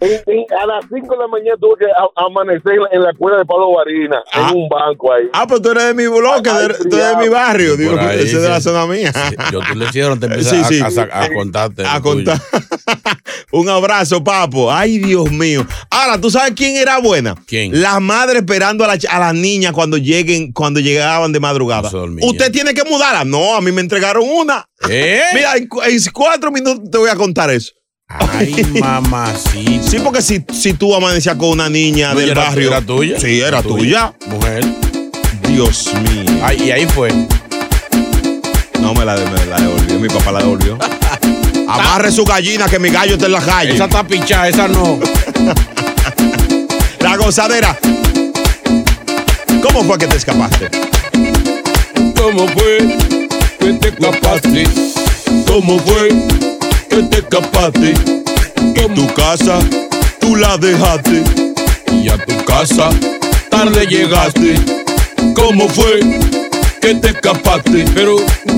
En- en- a las 5 de la mañana tuve que a- amanecer en la, en la escuela de Pablo Barina, en un banco ahí.
Ah, pero tú eres de mi bloque, de- tú eres de mi barrio. Digo, ese es de la zona mía.
Yo te lo hicieron, te empecé
Sí,
a-
sí.
a, sa- a contarte.
A contar. Un abrazo, papo. Ay, Dios mío. Ahora, ¿tú sabes quién era buena?
¿Quién?
Las madres esperando a, la ch- a las niñas cuando lleguen, cuando llegaban de madrugada. Usted tiene que mudarla. No, a mí me entregaron una.
¿Eh?
Mira, en, cu- en cuatro minutos te voy a contar eso.
Ay, mamacita.
Sí, porque si, si tú amanecías con una niña
No,
del
y era-
barrio.
era tuya.
Sí, era
Era tuya.
tuya.
Mujer.
Dios mío.
Ay, y ahí fue.
No me la, de- me la devolvió. Mi papá la devolvió. Amarre su gallina que mi gallo está en la calle. Esa
está pichada, esa no.
la gozadera. ¿Cómo fue que te escapaste?
¿Cómo fue que te escapaste?
¿Cómo fue que te escapaste? Que tu casa tú la dejaste.
Y a tu casa tarde llegaste. ¿Cómo fue que te escapaste? Pero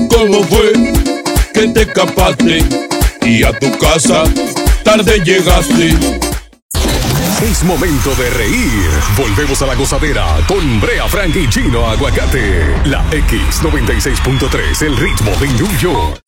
¿cómo fue que te escapaste? Y a tu casa tarde llegaste.
Es momento de reír. Volvemos a la gozadera con Brea Frank y Chino Aguacate. La X96.3, el ritmo de New York.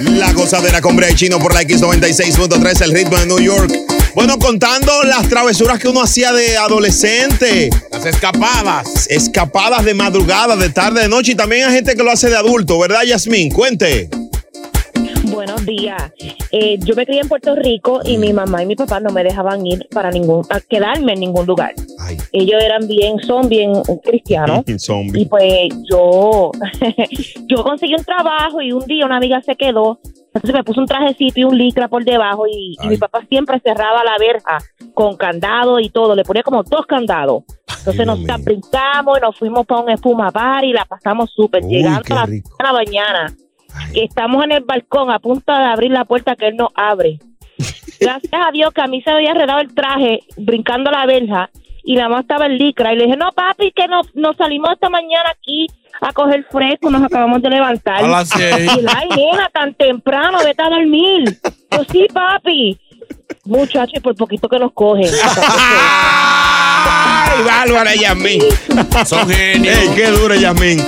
La gozadera con Brea y Chino por la X96.3, el ritmo de New York. Bueno, contando las travesuras que uno hacía de adolescente.
Las escapadas.
Escapadas de madrugada, de tarde, de noche y también hay gente que lo hace de adulto, ¿verdad, Yasmín? Cuente.
Buenos días. Eh, yo me crié en Puerto Rico y mi mamá y mi papá no me dejaban ir para ningún, a quedarme en ningún lugar. Ellos eran bien, son bien cristianos.
Zombie.
Y pues yo, yo conseguí un trabajo y un día una amiga se quedó. Entonces me puso un trajecito y un licra por debajo y, y mi papá siempre cerraba la verja con candado y todo. Le ponía como dos candados. Entonces nos brincamos y nos fuimos para un espuma bar y la pasamos súper.
Uy,
Llegando
qué
a las
rico.
de la mañana, que estamos en el balcón a punta de abrir la puerta que él no abre. Gracias a Dios que a mí se me había enredado el traje brincando la verja y la mamá estaba en licra y le dije, no papi, que nos, nos salimos esta mañana aquí a coger fresco, nos acabamos de levantar.
A las seis.
Y él, ay nena, tan temprano, vete a dormir. Yo sí papi. Muchacho, y por poquito que nos cogen.
¡Ay, bárbara Yasmín!
Son genios.
¡Ey, qué dura Yasmín!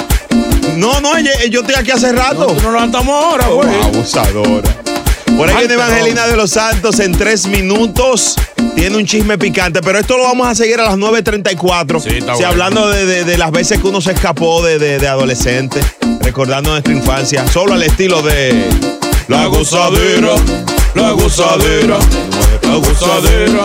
No, no, ella- yo estoy aquí hace rato. No,
nos levantamos ahora, pues. güey.
abusadora. Por ahí viene Evangelina de los Santos en tres minutos. Tiene un chisme picante, pero esto lo vamos a seguir a las 9.34. Sí,
bueno.
hablando de, de- de las veces que uno se escapó de, de- de adolescente, recordando nuestra infancia, solo al estilo de... La gozadera, la gozadera, la gozadera.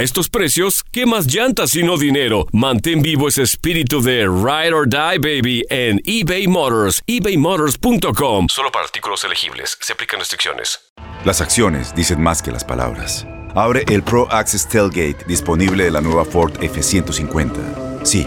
estos precios, ¿qué más llantas y no dinero? Mantén vivo ese espíritu de Ride or Die, baby, en eBay Motors. ebaymotors.com. Solo para artículos elegibles. Se aplican restricciones.
Las acciones dicen más que las palabras. Abre el Pro Access Tailgate disponible de la nueva Ford F-150. Sí,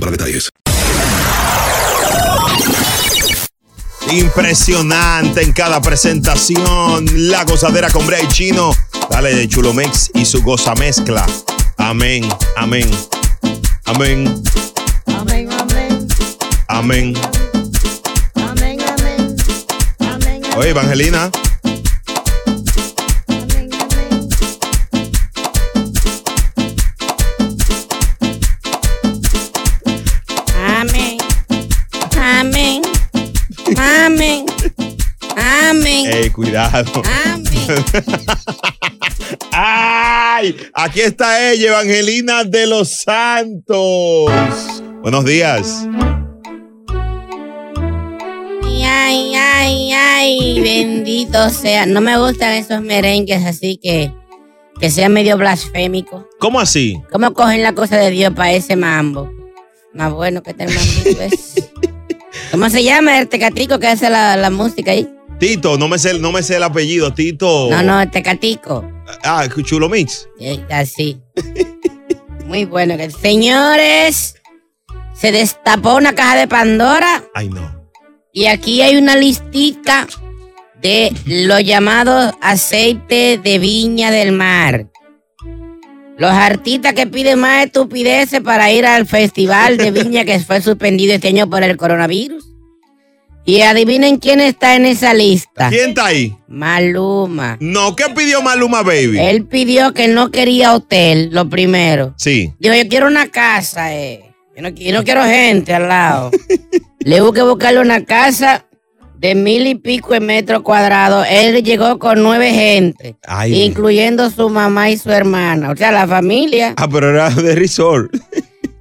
para detalles.
Impresionante en cada presentación. La gozadera con Brea y Chino. Dale de Chulomex y su goza mezcla. Amén, amén, amén,
Amén, amén,
amén.
amén, amén.
Oye, Evangelina.
Amén. Amén. Amén. Amén.
Ey, eh, cuidado. ¡Ay! Aquí está ella, Evangelina de los Santos. Buenos días.
Ay, ay, ay, ay, bendito sea. No me gustan esos merengues así que, que sean medio blasfémicos.
¿Cómo así?
¿Cómo cogen la cosa de Dios para ese mambo? Más bueno que este mambo es. ¿Cómo se llama el tecatico que hace la, la música ahí?
Tito, no me sé, no me sé el apellido, Tito.
No, no, el tecatico.
Ah, Chulo Mix.
Eh, Así. Muy bueno. que- Señores, se destapó una caja de Pandora.
Ay,
no. Y aquí hay una listita de lo llamado aceite de viña del mar. Los artistas que piden más estupideces para ir al festival de viña que fue suspendido este año por el coronavirus. Y adivinen quién está en esa lista.
¿Quién está ahí?
Maluma. Eh.
No, ¿qué pidió Maluma Baby?
Él pidió que no quería hotel, lo primero.
Sí.
Dijo, yo quiero una casa, eh. Yo no, yo no quiero gente al lado. Le hubo que buscarle una casa de mil y pico de metros cuadrados. Él llegó con nueve gente,
Ay.
incluyendo su mamá y su hermana. O sea, la familia.
Ah, pero era de resort.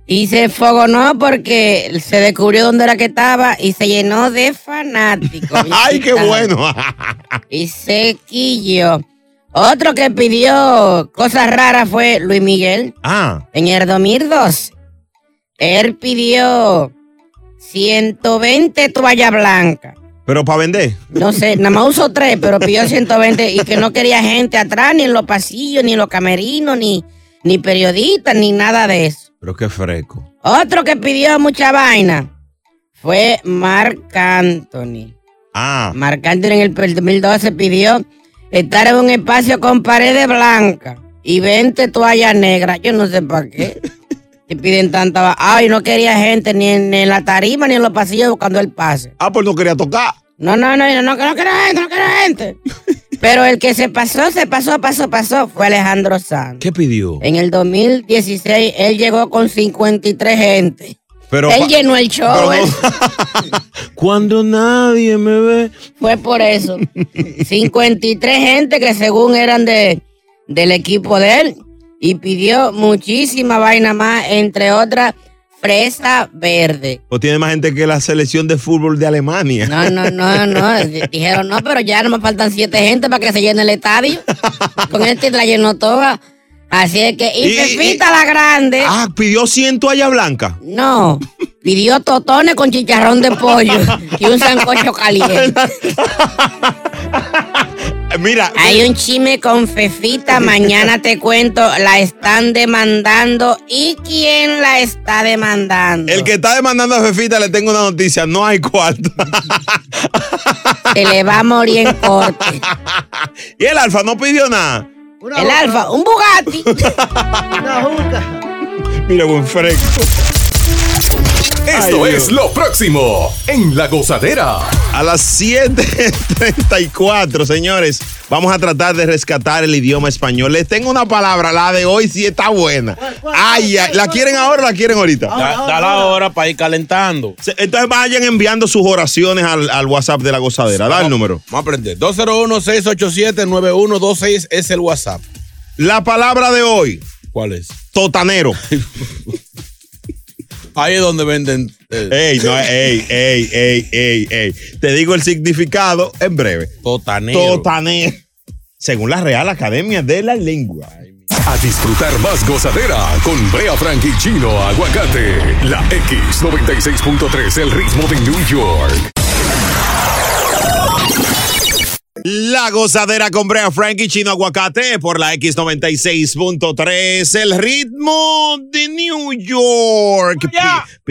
Y se fogonó porque se descubrió dónde era que estaba y se llenó de fanáticos.
Ay, qué bueno.
y sequillo. Otro que pidió cosas raras fue Luis Miguel.
Ah.
En el 2002, él pidió 120 toallas blancas.
Pero para vender.
No sé, nada más usó tres, pero pidió 120 y que no quería gente atrás, ni en los pasillos, ni en los camerinos, ni, ni periodistas, ni nada de eso.
Pero qué fresco.
Otro que pidió mucha vaina fue Marc Anthony.
Ah.
Marc Anthony en el per- 2012 pidió estar en un espacio con paredes blancas y 20 toallas negras. Yo no sé para qué. Te piden tanta. va- Ay, no quería gente ni en, en la tarima ni en los pasillos buscando el pase.
Ah, pues no quería tocar.
No, no, no, no, no, no quiero gente, no quiero gente. Pero el que se pasó, se pasó, pasó, pasó fue Alejandro Sanz.
¿Qué pidió?
En el 2016 él llegó con 53 gente.
Pero
él
pa-
llenó el show.
pero no-
él-
Cuando nadie me ve.
Fue por eso. 53 gente que según eran de, del equipo de él y pidió muchísima vaina más, entre otras, fresa verde.
O tiene más gente que la selección de fútbol de Alemania.
No, no, no, no. Di- Dijeron, no, pero ya no me faltan siete gente para que se llene el estadio. Con este la llenó toda. Así es que, y,
Y-
Pepita la Grande.
Ah, pidió 100 toallas blancas.
No, pidió totones con chicharrón de pollo y un sancocho caliente.
Mira.
Hay un chisme con Fefita, mañana te cuento, la están demandando y quién la está demandando.
El que está demandando a Fefita le tengo una noticia. No hay cuarto.
Se le va a morir en corto.
Y el Alfa no pidió nada.
El alfa, un Bugatti.
Mira, buen fresco.
Esto es lo próximo en La Gozadera.
A las 7.34, señores, vamos a tratar de rescatar el idioma español. Les tengo una palabra, la de hoy sí está buena. Ay, ay, ¿la quieren ahora o la quieren ahorita?
Da, da la hora para ir calentando.
Se- Entonces vayan enviando sus oraciones al, al WhatsApp de la gozadera. Da el número.
Vamos a aprender. 201-687-9126 es el WhatsApp.
La palabra de hoy.
¿Cuál es?
Totanero.
Ahí es donde venden. eh.
Ey, no, ey, ey, ey, ey, ey. Te digo el significado en breve.
Totanero.
Totanero. Según la Real Academia de la Lengua.
A disfrutar más gozadera con Brea Frank y Chino Aguacate. La X96.3, el ritmo de New York.
La gozadera con Brea Frankie Chino Aguacate por la X96.3, el ritmo de New York. Pi-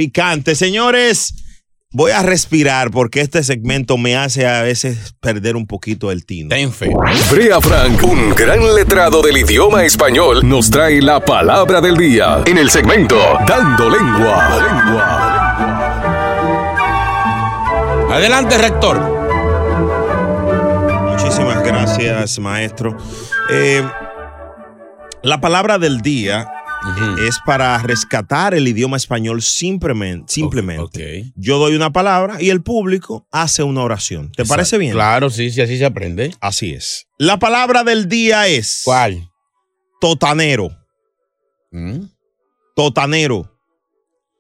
picante, señores. Voy a respirar porque este segmento me hace a veces perder un poquito el tino. Ten fe.
Brea Frank, un gran letrado del idioma español, nos trae la palabra del día en el segmento Dando Lengua.
Adelante, rector.
Muchísimas gracias, maestro. Eh, la palabra del día es para rescatar el idioma español simplemente. simplemente. Yo doy una palabra y el público hace una oración. ¿Te
Exacto.
parece bien?
Claro, sí, sí, así se aprende.
Así es. La palabra del día es.
¿Cuál? ¿Mm?
Totanero. Totanero.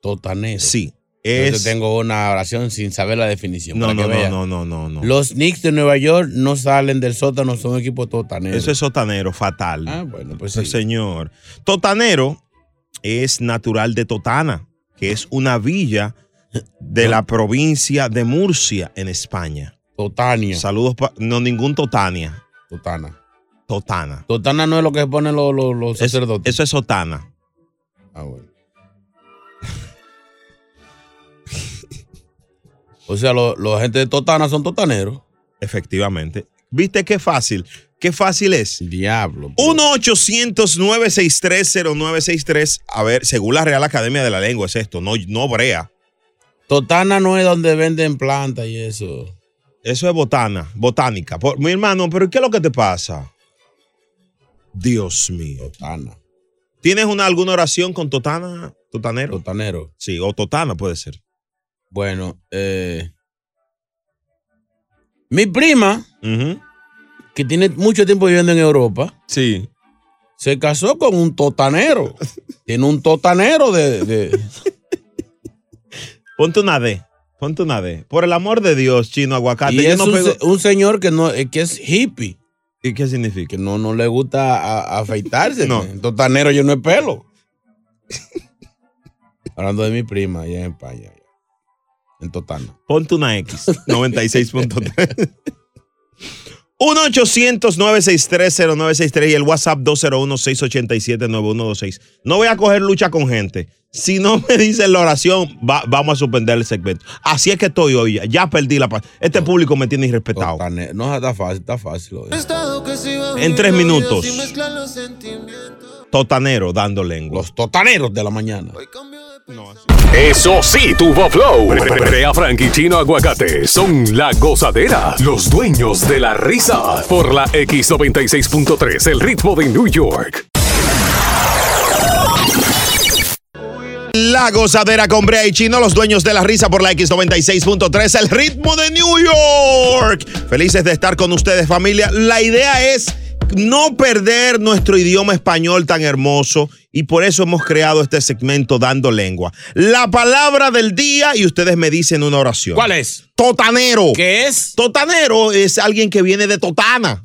Totanero.
Sí.
Yo
es-
te tengo una oración sin saber la definición.
No,
para que
no, no,
veas.
no, no, no, no.
Los Knicks de Nueva York no salen del sótano, son un equipo totanero.
Eso es sotanero, fatal.
Ah, bueno, pues
Sí, señor. Totanero es natural de Totana, que es una villa de la provincia de Murcia, en España.
Totania.
Saludos. pa- no, ningún Totania.
Totana.
Totana.
Totana no es lo que ponen los, los, los
Es-
sacerdotes.
eso es Sotana.
Ah, bueno. o sea, lo- los agentes de Totana son totaneros.
Efectivamente. ¿Viste qué fácil? ¿Qué fácil es?
Diablo.
1-800-963-0963. A ver, según la Real Academia de la Lengua es esto, no, no brea.
Totana no es donde venden plantas y eso.
Eso es botana, botánica. Por- mi hermano, pero ¿qué es lo que te pasa? Dios mío.
Totana.
¿Tienes una, alguna oración con Totana? Totanero.
Totanero.
Sí, o Totana puede ser.
Bueno, eh, mi prima, que tiene mucho tiempo viviendo en Europa,
sí.
se casó con un totanero. tiene un totanero de, de-
Ponte una D. Ponte una D. Por el amor de Dios, chino, aguacate.
y
yo
es
no
un,
pego-
se- un señor que no eh, que es hippie.
¿Y qué significa?
Que no, no le gusta a- afeitarse.
No.
Un Totanero yo no es pelo. Hablando de mi prima allá en España. En Totana.
Ponte una X. 96.3. 1-800-963-0963 y el WhatsApp 201-687-9126. No voy a coger lucha con gente. Si no me dicen la oración, va- vamos a suspender el segmento. Así es que estoy hoy. ya. Ya perdí la paz. Este público me tiene irrespetado.
No, está fácil, está fácil.
En tres minutos. Totanero dando lengua. Los
totaneros de la mañana.
Eso sí, tuvo flow. Brea Frank y Chino Aguacate son la gozadera, los dueños de la risa. Por la X96.3, el ritmo de New York.
La gozadera con Brea y Chino, los dueños de la risa por la X96.3, el ritmo de New York. Felices de estar con ustedes, familia. La idea es no perder nuestro idioma español tan hermoso y por eso hemos creado este segmento Dando Lengua. La palabra del día y ustedes me dicen una oración.
¿Cuál es?
Totanero.
¿Qué es?
Totanero es alguien que viene de Totana.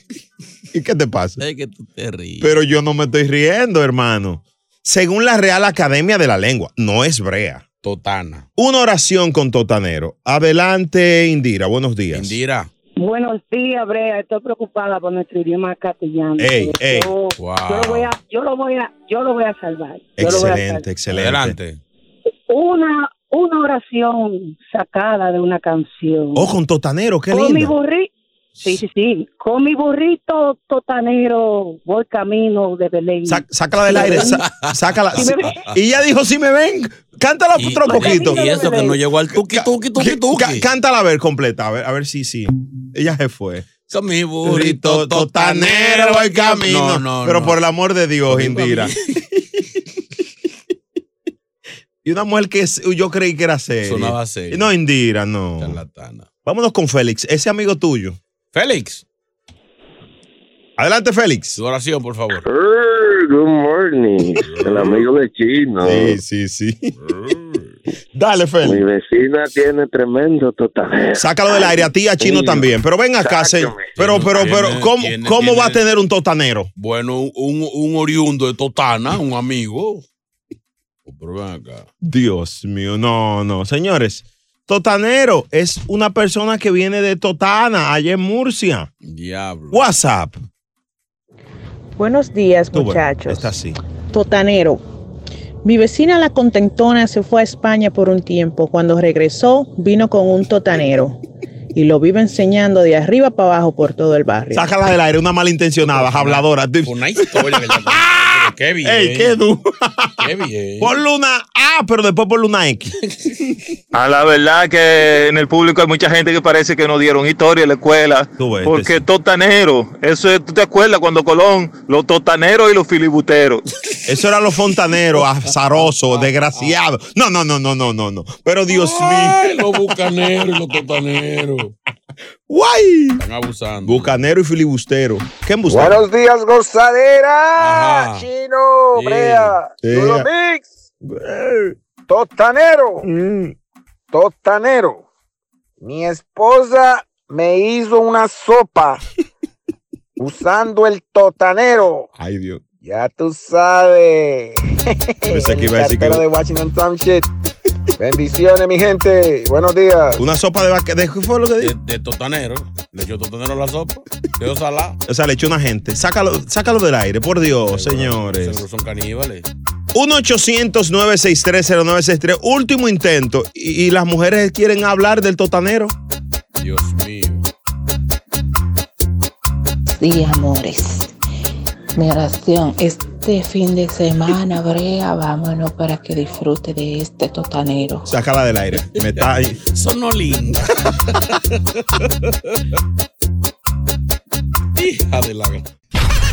¿Y qué te pasa?
Sé que tú te ríes.
Pero yo no me estoy riendo, hermano. Según la Real Academia de la Lengua, no es brea.
Totana.
Una oración con Totanero. Adelante, Indira. Buenos días.
Indira.
Buenos días, Brea. Estoy preocupada por nuestro idioma castellano.
Ey,
Pero
ey.
Yo,
Wow. Eh.
yo lo voy a, yo lo voy a, yo lo voy a salvar. Yo lo voy a salvar.
Excelente, excelente.
Adelante.
Una, una oración sacada de una canción.
Oh, con Totanero, qué
con mi
lindo.
burrito, sí, sí, sí. Con mi burrito totanero voy camino de Belén.
Sácala del aire, sa- sácala.
Si me ven.
Y ya dijo, si me ven, cántala
Y-
otro
y-
poquito.
y eso que no
llegó al tuki, tuki, tuki,
tuki. Cántala a ver completa, a ver, a ver si sí. Ella se fue.
Son mi
burrito totanero el
No,
camino.
no,
Pero
no.
por el amor de Dios, Indira. y una mujer que es- yo creí que era seria.
Sonaba seria.
No, Indira, no. Vámonos con Félix, ese amigo tuyo.
Félix.
Adelante, Félix.
Tu oración, por favor.
Hey, good morning. El amigo de Chino.
Sí, sí, sí. Dale, Fel.
Mi vecina tiene tremendo total.
Sácalo del aire a ti y a Chino también. Pero ven acá, se- pero, pero, pero,
Tiene-
¿cómo,
tiene-
cómo
tiene-
va a tener un totanero?
Bueno, un, un oriundo de Totana, un amigo. Pero ven acá.
Dios mío, no, no, señores. Totanero es una persona que viene de Totana, allá en Murcia.
Diablo.
WhatsApp.
Buenos días,
Tú, bueno,
muchachos.
Está así.
Totanero. Mi vecina la contentona se fue a España por un tiempo. Cuando regresó, vino con un totanero y lo vive enseñando de arriba para abajo por todo el barrio.
Sácala del aire, una malintencionada, habladora.
Una historia que le Qué bien.
Ey, qué duro.
Qué bien.
Ponle una A, pero después ponle una X.
A Ah, la verdad que en el público hay mucha gente que parece que no dieron historia en la escuela.
este
porque totanero, eso es, ¿tú te acuerdas cuando Colón, los totaneros y los filibuteros?
Eso eran los fontaneros, azarosos, desgraciados. No, no, no, no, no, no, no. Pero Dios mío.
Los bucaneros y los totaneros.
Guay.
Están abusando.
Bucanero y filibustero. ¿Qué embustero?
Buenos días, gozadera.
Ajá.
Chino,
Sí.
Brea,
Sí.
Lulo Mix. Totanero.
Mm.
Totanero. Mi esposa me hizo una sopa usando el totanero.
Ay, Dios.
Ya tú sabes.
Pensé que iba a decir que-
Cartero de Washington Township. Bendiciones, mi gente. Buenos días.
Una sopa de vaca. ¿de ¿Qué fue lo que dijo?
De totanero. Le echó totanero a la sopa. Le dio salá.
O sea, le echó una gente. Sácalo, sácalo del aire, por Dios, señores.
Seguro son caníbales.
1-800-963-0963. Último intento. Y, y las mujeres quieren hablar del totanero.
Dios mío.
Sí, amores. Mi oración, este fin de semana, Brea, vámonos para que disfrute de este totanero.
Sácala del aire. Me está ahí.
Sonó linda. Hija de la gran-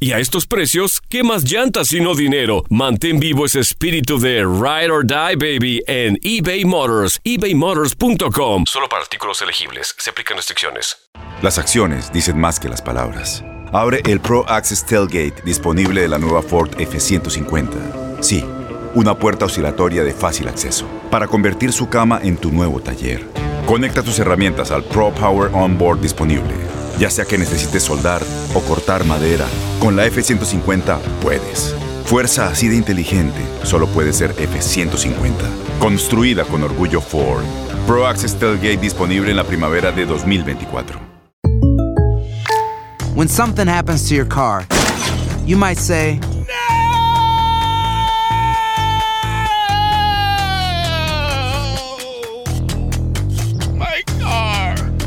Y a estos precios, ¿qué más llantas y no dinero? Mantén vivo ese espíritu de Ride or Die, baby, en eBay Motors. ebaymotors.com. Solo para artículos elegibles. Se aplican restricciones.
Las acciones dicen más que las palabras. Abre el Pro Access Tailgate disponible de la nueva Ford F-150. Sí, una puerta oscilatoria de fácil acceso para convertir su cama en tu nuevo taller. Conecta tus herramientas al Pro Power Onboard disponible. Ya sea que necesites soldar o cortar madera, con la F-150 puedes. Fuerza así de inteligente solo puede ser F-150. Construida con orgullo Ford. Pro Access Tailgate disponible en la primavera de 2024.
When something happens to your car, you might say, No!
My car.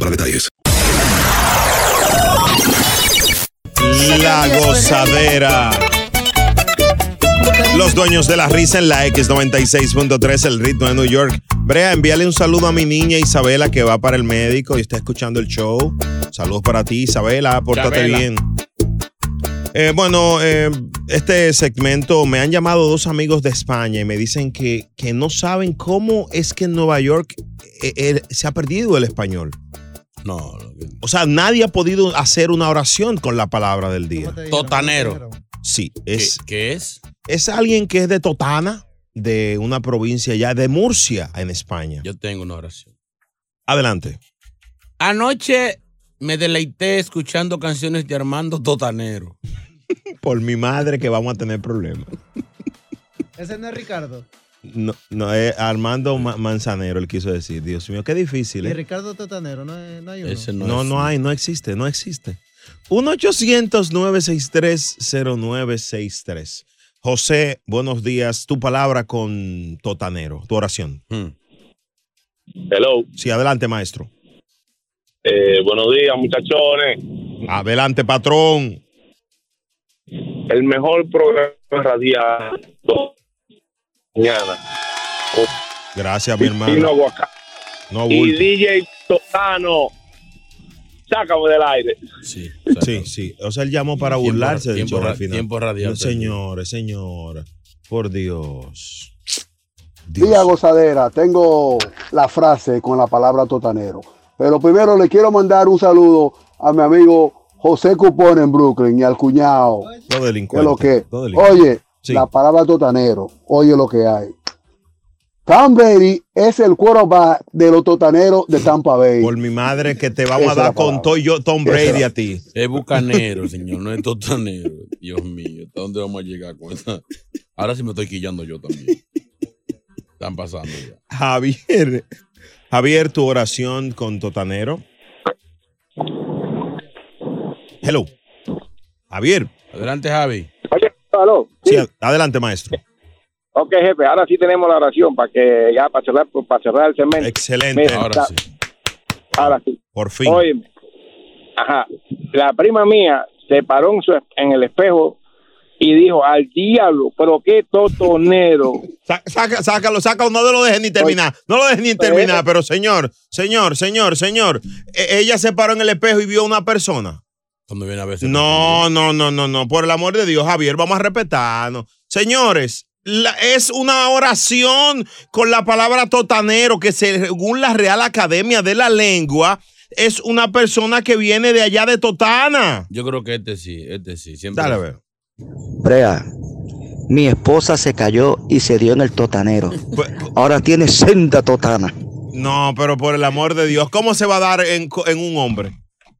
para detalles.
La gozadera. Los dueños de la risa en la X96.3, el ritmo de New York. Brea, envíale un saludo a mi niña Isabela que va para el médico y está escuchando el show. Saludos para ti, Isabela, pórtate
Isabela.
bien. Eh, bueno, eh, este segmento me han llamado dos amigos de España y me dicen que, que no saben cómo es que en Nueva York eh, eh, se ha perdido el español.
No.
O sea, nadie ha podido hacer una oración con la palabra del día.
Totanero.
Sí, es.
¿Qué es?
Es alguien que es de Totana, de una provincia ya de Murcia, en España.
Yo tengo una oración.
Adelante.
Anoche me deleité escuchando canciones de Armando Totanero.
Por mi madre que vamos a tener problemas.
Ese no es Ricardo.
No, no es Armando Ma- Manzanero, él quiso decir. Dios mío, qué difícil.
Y
¿eh?
Ricardo Totanero, no, es- no hay uno.
no, no, hay, no existe, no existe. 1-800-963-0963. José, buenos días. Tu palabra con Totanero, tu oración.
Hello.
Sí, adelante, maestro.
Eh, buenos días, muchachones.
Adelante, patrón.
El mejor programa radial. Mañana.
Gracias, mi hermano.
Chino Aguacate.
No,
y
bulto.
DJ Totano. Sácame del aire.
Sí.
Sí, sí. O sea, él llamó para
Tiempo
burlarse
ra-
del
tiempo
show
ra-
al final.
tiempo radial
No, señores, señora. Por Dios.
Día gozadera, tengo la frase con la palabra totanero. Pero primero le quiero mandar un saludo a mi amigo José Cupón en Brooklyn y al cuñado.
Todo
¿Qué es lo
delincuente.
que?
todo delincuente.
Oye,
Sí.
la palabra totanero, oye lo que hay. Tom Brady es el quarterback de los totaneros de Tampa Bay.
Por mi madre que te vamos
Esa
a
es la
dar con
palabra.
todo y yo, Tom Brady, a ti.
Es bucanero, señor, no es totanero. Dios mío, ¿hasta dónde vamos a llegar con esta? Ahora sí me estoy quillando yo también. Están pasando ya.
Javier. Javier, tu oración con Totanero. Hello. Javier.
Adelante, Javi.
Aló.
Sí, ad- adelante, maestro.
Ok, jefe, ahora sí tenemos la oración para que ya para cerrar, para cerrar el segmento.
Excelente.
Mira,
Ahora
la-
sí.
Ahora sí.
Por fin.
Óyeme. Ajá. La prima mía se paró en, su, en el espejo y dijo, al diablo, pero qué totonero.
Saca, sácalo, sácalo, no lo dejes ni terminar. No lo dejes ni terminar, pero señor, señor, señor, señor. e- Ella se paró en el espejo y vio a una persona.
Cuando viene a veces.
No, no, no, no, no. Por el amor de Dios, Javier, vamos a respetarnos. Señores, la- es una oración con la palabra totanero, que según la Real Academia de la Lengua, es una persona que viene de allá de Totana.
Yo creo que este sí, este sí. Siempre
Dale a ver.
Brea, mi esposa se cayó y se dio en el totanero.
Pues,
Ahora tiene senda totana.
No, pero por el amor de Dios, ¿cómo se va a dar en, co- en un hombre?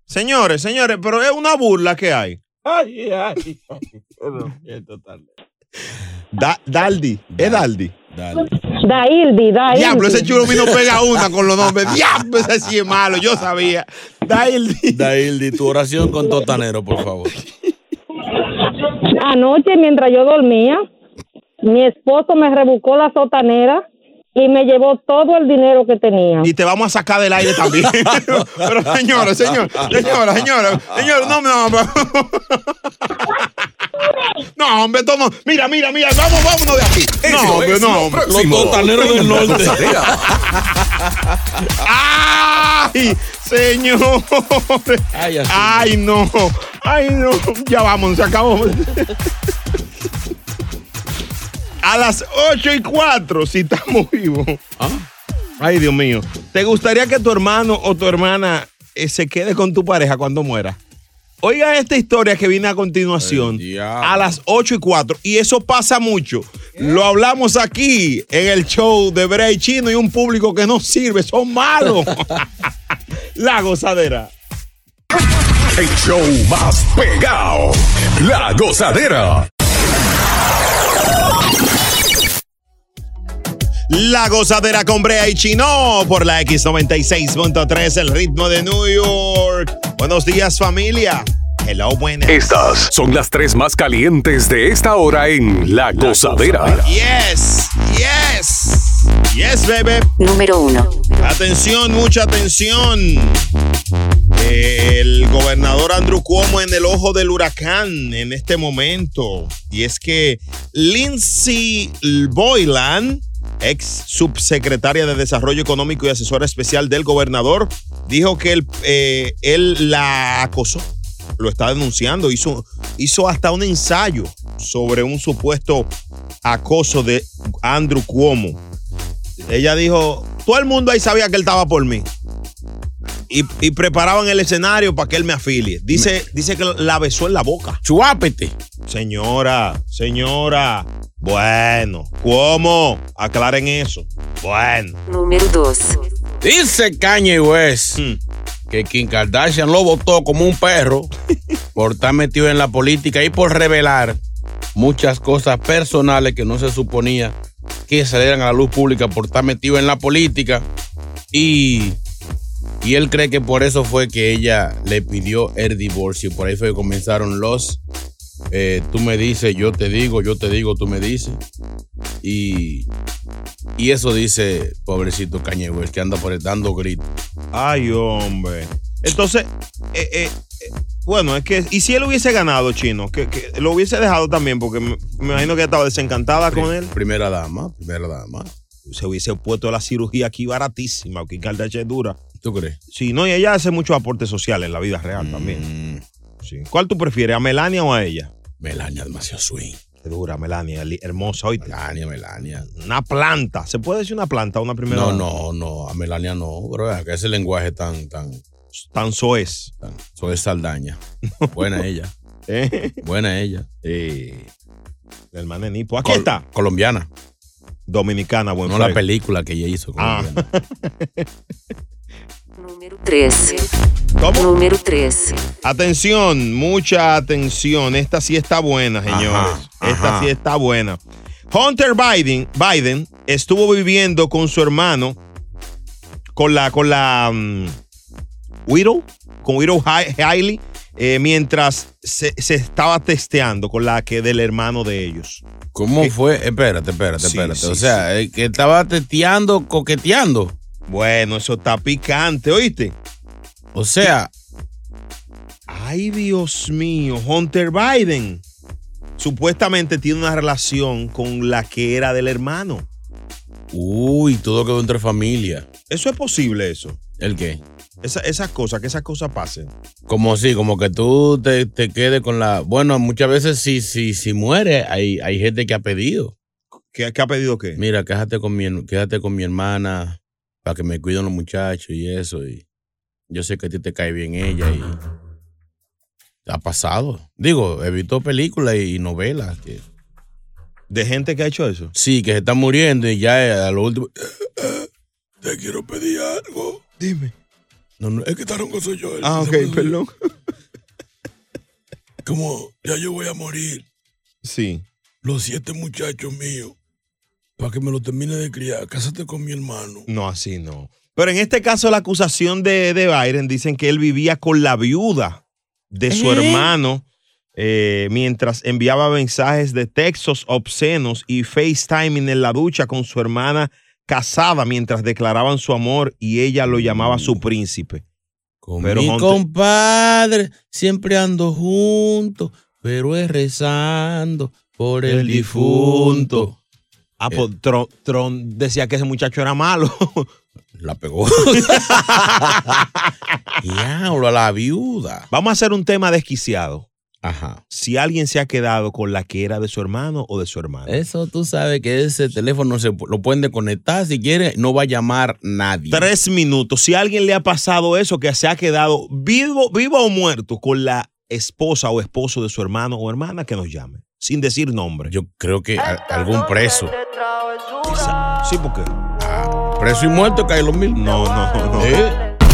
Señores, señores, pero es una burla que hay.
Ay, ay, ay. Total.
Da- Daldi, es Daldi.
Daildi, Daildi.
Diablo, ese chulo vino pega una con los nombres. Diablo, ese sí es malo, yo sabía. Daildi.
Daildi, tu oración con Totanero, por favor.
Anoche, mientras yo dormía, mi esposo me rebucó la sotanera y me llevó todo el dinero que tenía.
Y te vamos a sacar del aire también. Pero señora, señor, señora, señora, señor, no, no, no. No, hombre, esto no. Mira, mira, mira, vamos, vámonos de aquí. No, hombre, no, hombre.
Los totaneros del norte.
¡Ay, señor! ¡Ay, no! ¡Ay, no! Ya vamos, se acabó. A las 8 y 4, si estamos vivos. Ay, Dios mío. ¿Te gustaría que tu hermano o tu hermana eh, se quede con tu pareja cuando muera? Oiga esta historia que viene a continuación a las 8 y 4. Y eso pasa mucho. Lo hablamos aquí en el show de Brea y Chino y un público que no sirve. Son malos. La gozadera.
El show más pegado. La gozadera.
La gozadera con Brea y Chino por la X96.3, el ritmo de New York. Buenos días, familia. Hello, buenas.
Estas son las tres más calientes de esta hora en La Gozadera.
Yes, yes, yes, bebé.
Número uno.
Atención, mucha atención. El gobernador Andrew Cuomo en el ojo del huracán en este momento. Y es que Lindsay Boylan, ex subsecretaria de Desarrollo Económico y asesora especial del gobernador, dijo que él, eh, él la acosó. Lo está denunciando. Hizo, hizo hasta un ensayo sobre un supuesto acoso de Andrew Cuomo. Ella dijo, todo el mundo ahí sabía que él estaba por mí. Y, y preparaban el escenario para que él me afilie. Dice, dice que la besó en la boca.
Chuápete.
Señora, señora. Bueno, ¿cómo? Aclaren eso. Bueno.
Número 2. Dice Kanye West que Kim Kardashian lo votó como un perro por estar metido en la política y por revelar muchas cosas personales que no se suponía que salieran a la luz pública por estar metido en la política. Y, y él cree que por eso fue que ella le pidió el divorcio. Por ahí fue que comenzaron los eh, tú me dices, yo te digo, yo te digo, tú me dices. Y, y eso dice, pobrecito Kanye West, que anda por el dando gritos.
Ay, hombre. Entonces, eh, eh, eh, bueno, es que, y si él hubiese ganado, chino, que, que lo hubiese dejado también, porque me, me imagino que estaba desencantada con él.
Primera dama, primera dama.
Se hubiese puesto la cirugía aquí baratísima, que Kardashian es dura.
¿Tú crees? Mm.
Sí, no, y ella hace muchos aportes sociales en la vida real también. Sí. ¿Cuál tú prefieres, a Melania o a ella?
Melania, demasiado swing.
Qué dura, Melania, li- hermosa hoy.
Melania, Melania.
Una planta. ¿Se puede decir una planta o una primera
No,
dama?
no, no, a Melania no, bro. es Ah, Que ese lenguaje tan, tan.
Tan soez.
Tan soez Saldaña. Buena ella.
¿Eh?
Buena ella.
La hermana de Nipo. Aquí está.
Colombiana.
Dominicana, buen
No la
frego.
película que ella hizo.
Ah.
colombiana.
3. Número 3.
Atención, mucha atención. Esta sí está buena, señores. Esta
ajá.
sí está buena. Hunter Biden, Biden estuvo viviendo con su hermano, con la, con la mm, Widow, con Widow Hi- Hailey, eh, mientras se, se estaba testeando con la que del hermano de ellos.
¿Cómo fue? Espérate, espérate,
Sí,
espérate.
sí,
o sea, eh, que estaba teteando, coqueteando.
Bueno, eso está picante, ¿oíste?
O sea.
Ay, Dios mío, Hunter Biden supuestamente tiene una relación con la que era del hermano.
Uy, todo quedó entre familia.
¿Eso es posible eso?
¿El qué?
Esa- esas cosas, que esas cosas pasen.
Como si, como que tú te, te quedes con la. Bueno, muchas veces si, si, si muere, hay, hay gente que ha pedido.
¿Qué, ha pedido qué?
Mira, quéjate con mi, her- quédate con mi hermana para que me cuiden los muchachos y eso. Y yo sé que a ti te cae bien ella y. Ha pasado. Digo, evitó películas y novelas. que-
¿De gente que ha hecho eso?
Sí, que se está muriendo y ya eh, a lo último.
Te quiero pedir algo.
Dime.
No, no,
Es que Taronco soy yo. el-
Ah, ok, perdón.
Como ya yo voy a morir,
Sí.
los siete muchachos míos, para que me lo termine de criar, cásate con mi hermano.
No, así no. Pero en este caso, la acusación de, de Biden dicen que él vivía con la viuda de su
¿Eh?
hermano eh, mientras enviaba mensajes de textos obscenos y FaceTiming en la ducha con su hermana casada mientras declaraban su amor y ella lo llamaba su príncipe.
mi
Hunter-
compadre siempre ando juntos, pero es rezando por el, difunto.
Ah, pues Tron, Tron decía que ese muchacho era malo.
La pegó. Diablo, a la viuda.
Vamos a hacer un tema desquiciado.
Ajá.
Si alguien se ha quedado con la que era de su hermano o de su hermana.
Eso tú sabes que ese teléfono se, pu- lo pueden desconectar si quiere, no va a llamar nadie.
Tres minutos. Si a alguien le ha pasado eso, que se ha quedado vivo, vivo o muerto con la esposa o esposo de su hermano o hermana, que nos llame. Sin decir nombre.
Yo creo que a- algún preso.
Sí, porque.
Ah, preso y muerto cae lo mismo. ¿Eh?
No, no, no.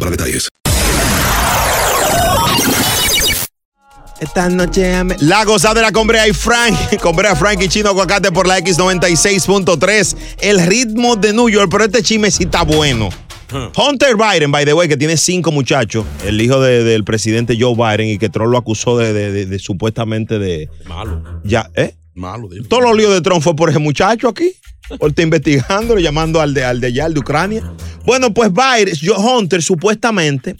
para detalles.
Esta noche La gozadera con Brea y Frank. Con Brea, Frank y Chino Aguacate por la X96.3. El ritmo de New York. Pero este chisme sí está bueno. Hunter Biden, by the way, que tiene cinco muchachos, el hijo de- del presidente Joe Biden y que Trump lo acusó de, de- de- de supuestamente de...
Malo.
Ya, ¿eh?
Malo, dile.
Todos los líos de Trump fue por ese muchacho aquí. Por estar investigándolo, llamando al de, al de allá, al de Ucrania. Bueno, pues Biden, Joe Hunter, supuestamente,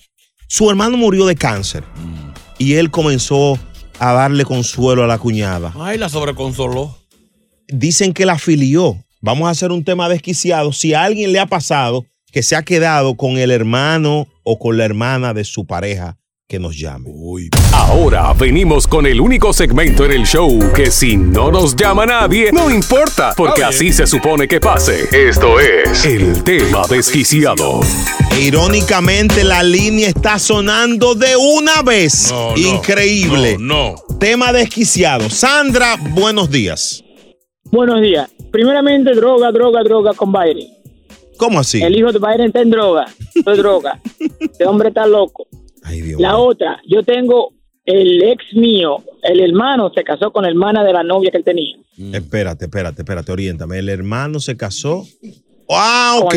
su hermano murió de cáncer. Y él comenzó a darle consuelo a la cuñada.
Ay, la sobreconsoló.
Dicen que la afilió. Vamos a hacer un tema desquiciado. Si a alguien le ha pasado que se ha quedado con el hermano o con la hermana de su pareja, que nos llame.
Ahora venimos con el único segmento en el show que si no nos llama nadie, no importa, porque así se supone que pase. Esto es el tema desquiciado.
E irónicamente, la línea está sonando de una vez.
No, no,
Increíble.
No.
Tema desquiciado. Sandra, buenos días.
Buenos días. Primeramente, droga, droga, droga con Biden.
¿Cómo así?
El hijo de Biden está en droga. Esto es droga. Este hombre está loco. la otra, yo tengo el ex mío, el hermano se casó con la hermana de la novia que él tenía.
Espérate, espérate, espérate, oriéntame. El hermano se casó. Ah, ok.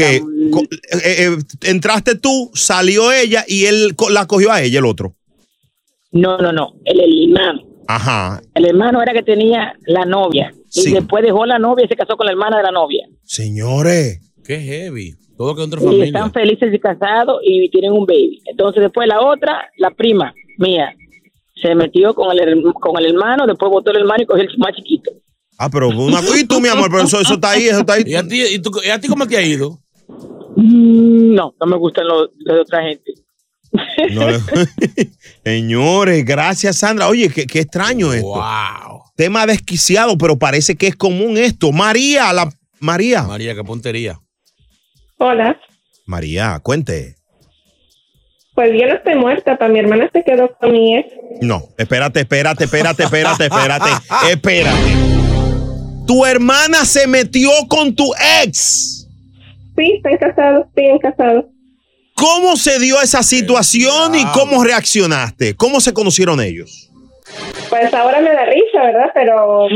Co- eh, eh, entraste tú, salió ella y él co- la cogió a ella, el otro.
No, no, no. El hermano.
Ajá.
El hermano era que tenía la novia. Y después dejó la novia y se casó con la hermana de la novia.
Señores.
Qué heavy. Todo quedó entre
y
familia.
están felices y casados y tienen un baby. Entonces después la otra, la prima mía, se metió con el, her- con el hermano, después votó el hermano y cogió el más chiquito.
Ah, pero una. Y tú, mi amor, pero eso, eso está ahí, eso está ahí.
¿Y a ti, y tú- y a ti cómo te ha ido?
Mm, No, no me gustan los, los de otra gente.
No le- Señores, gracias, Sandra. Oye, qué, qué extraño esto.
Wow.
Tema desquiciado, pero parece que es común esto. María, la María.
María, qué puntería.
Hola,
María, cuente.
pues yo no estoy muerta, para mi hermana se quedó con mi ex.
No, espérate, espérate, espérate, espérate, espérate, espérate. Tu hermana se metió con tu ex.
Sí, están casados, siguen casados.
¿Cómo se dio esa situación y cómo reaccionaste? ¿Cómo se conocieron ellos?
Pues ahora me da risa, ¿verdad? Pero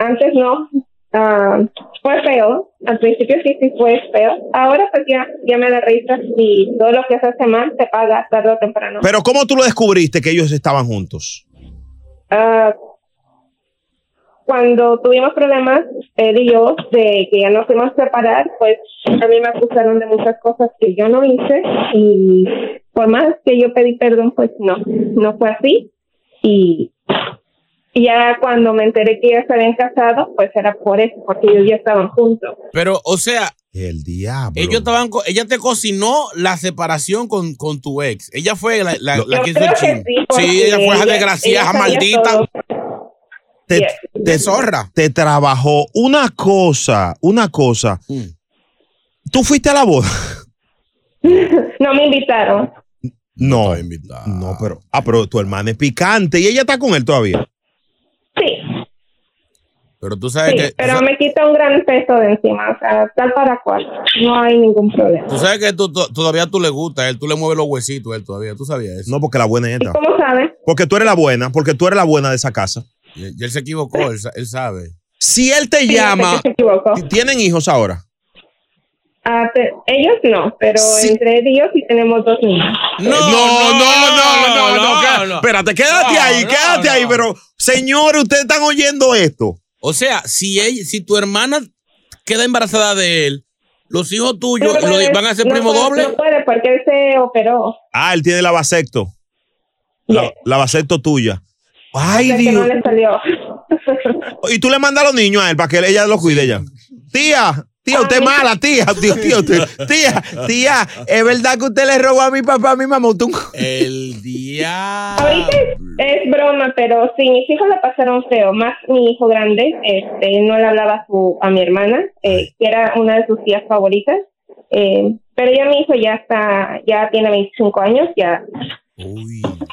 antes no. Ah, fue feo. Al principio sí, sí fue feo. Ahora pues ya, ya me da risa y todo lo que se hace mal se paga tarde o temprano.
Pero ¿cómo tú lo descubriste que ellos estaban juntos?
Ah, cuando tuvimos problemas, él y yo, de que ya nos fuimos a separar, pues a mí me acusaron de muchas cosas que yo no hice y por más que yo pedí perdón, pues no, no fue así. Y ya cuando me enteré que ya se habían casado, pues era por eso, porque ellos ya estaban juntos.
Pero, o sea.
El diablo.
Ellos estaban, co- ella te cocinó la separación con, con tu ex. Ella fue la, la- la
Yo
que hizo
creo
el
que
chisme.
sí,
Sí,
porque
ella fue esa
ella-
desgraciada,
ella sabía
maldita.
todo.
Te,
De zorra.
Te trabajó una cosa, una cosa.
Mm.
¿Tú fuiste a la boda?
no me invitaron.
No. No, pero. Ah, pero tu hermana es picante y ella está con él todavía.
Sí,
Pero tú sabes
sí,
que.
pero me quita un gran peso de encima, o sea, tal para cual. No hay ningún problema.
Tú sabes que tú- tú- todavía tú le gusta a él, tú le mueves los huesitos a él todavía, tú sabías eso.
No, porque la buena es esta.
¿Cómo sabes?
Porque tú eres la buena, porque tú eres la buena de esa casa.
Y, y él se equivocó, él, sa- él sabe.
Si él te
Fíjate
llama,
que se equivocó.
¿tienen hijos ahora?
Ah, pe- ellos no, pero entre ellos sí tenemos dos niños.
Eh,
No, no, no, no, no, no, queda- Espérate, quédate
No,
ahí,
no,
quédate ahí, pero señor, ustedes están oyendo esto.
O sea, si, ella, si tu hermana queda embarazada de él, los hijos tuyos
No
lo-
puede-
van a ser
no
primo
puede-
doble.
No puede porque él se operó.
Ah, él tiene la vasecto. La, la vasecto tuya. Ay,
Que no
Dios.
le salió.
Y tú le mandas a los niños a él para que ella los cuide ya. Tía, tía, usted es mala, tía, tía, tía, usted- tía, tía, es verdad que usted le robó a mi papá, a mi mamá. Usted un-
El día.
Ahorita es, es broma, pero sí, mis hijos la pasaron feo. Más mi hijo grande, este, no le hablaba a, su, a mi hermana, eh, que era una de sus tías favoritas. Eh, pero ya mi hijo ya está, ya tiene 25 años, ya.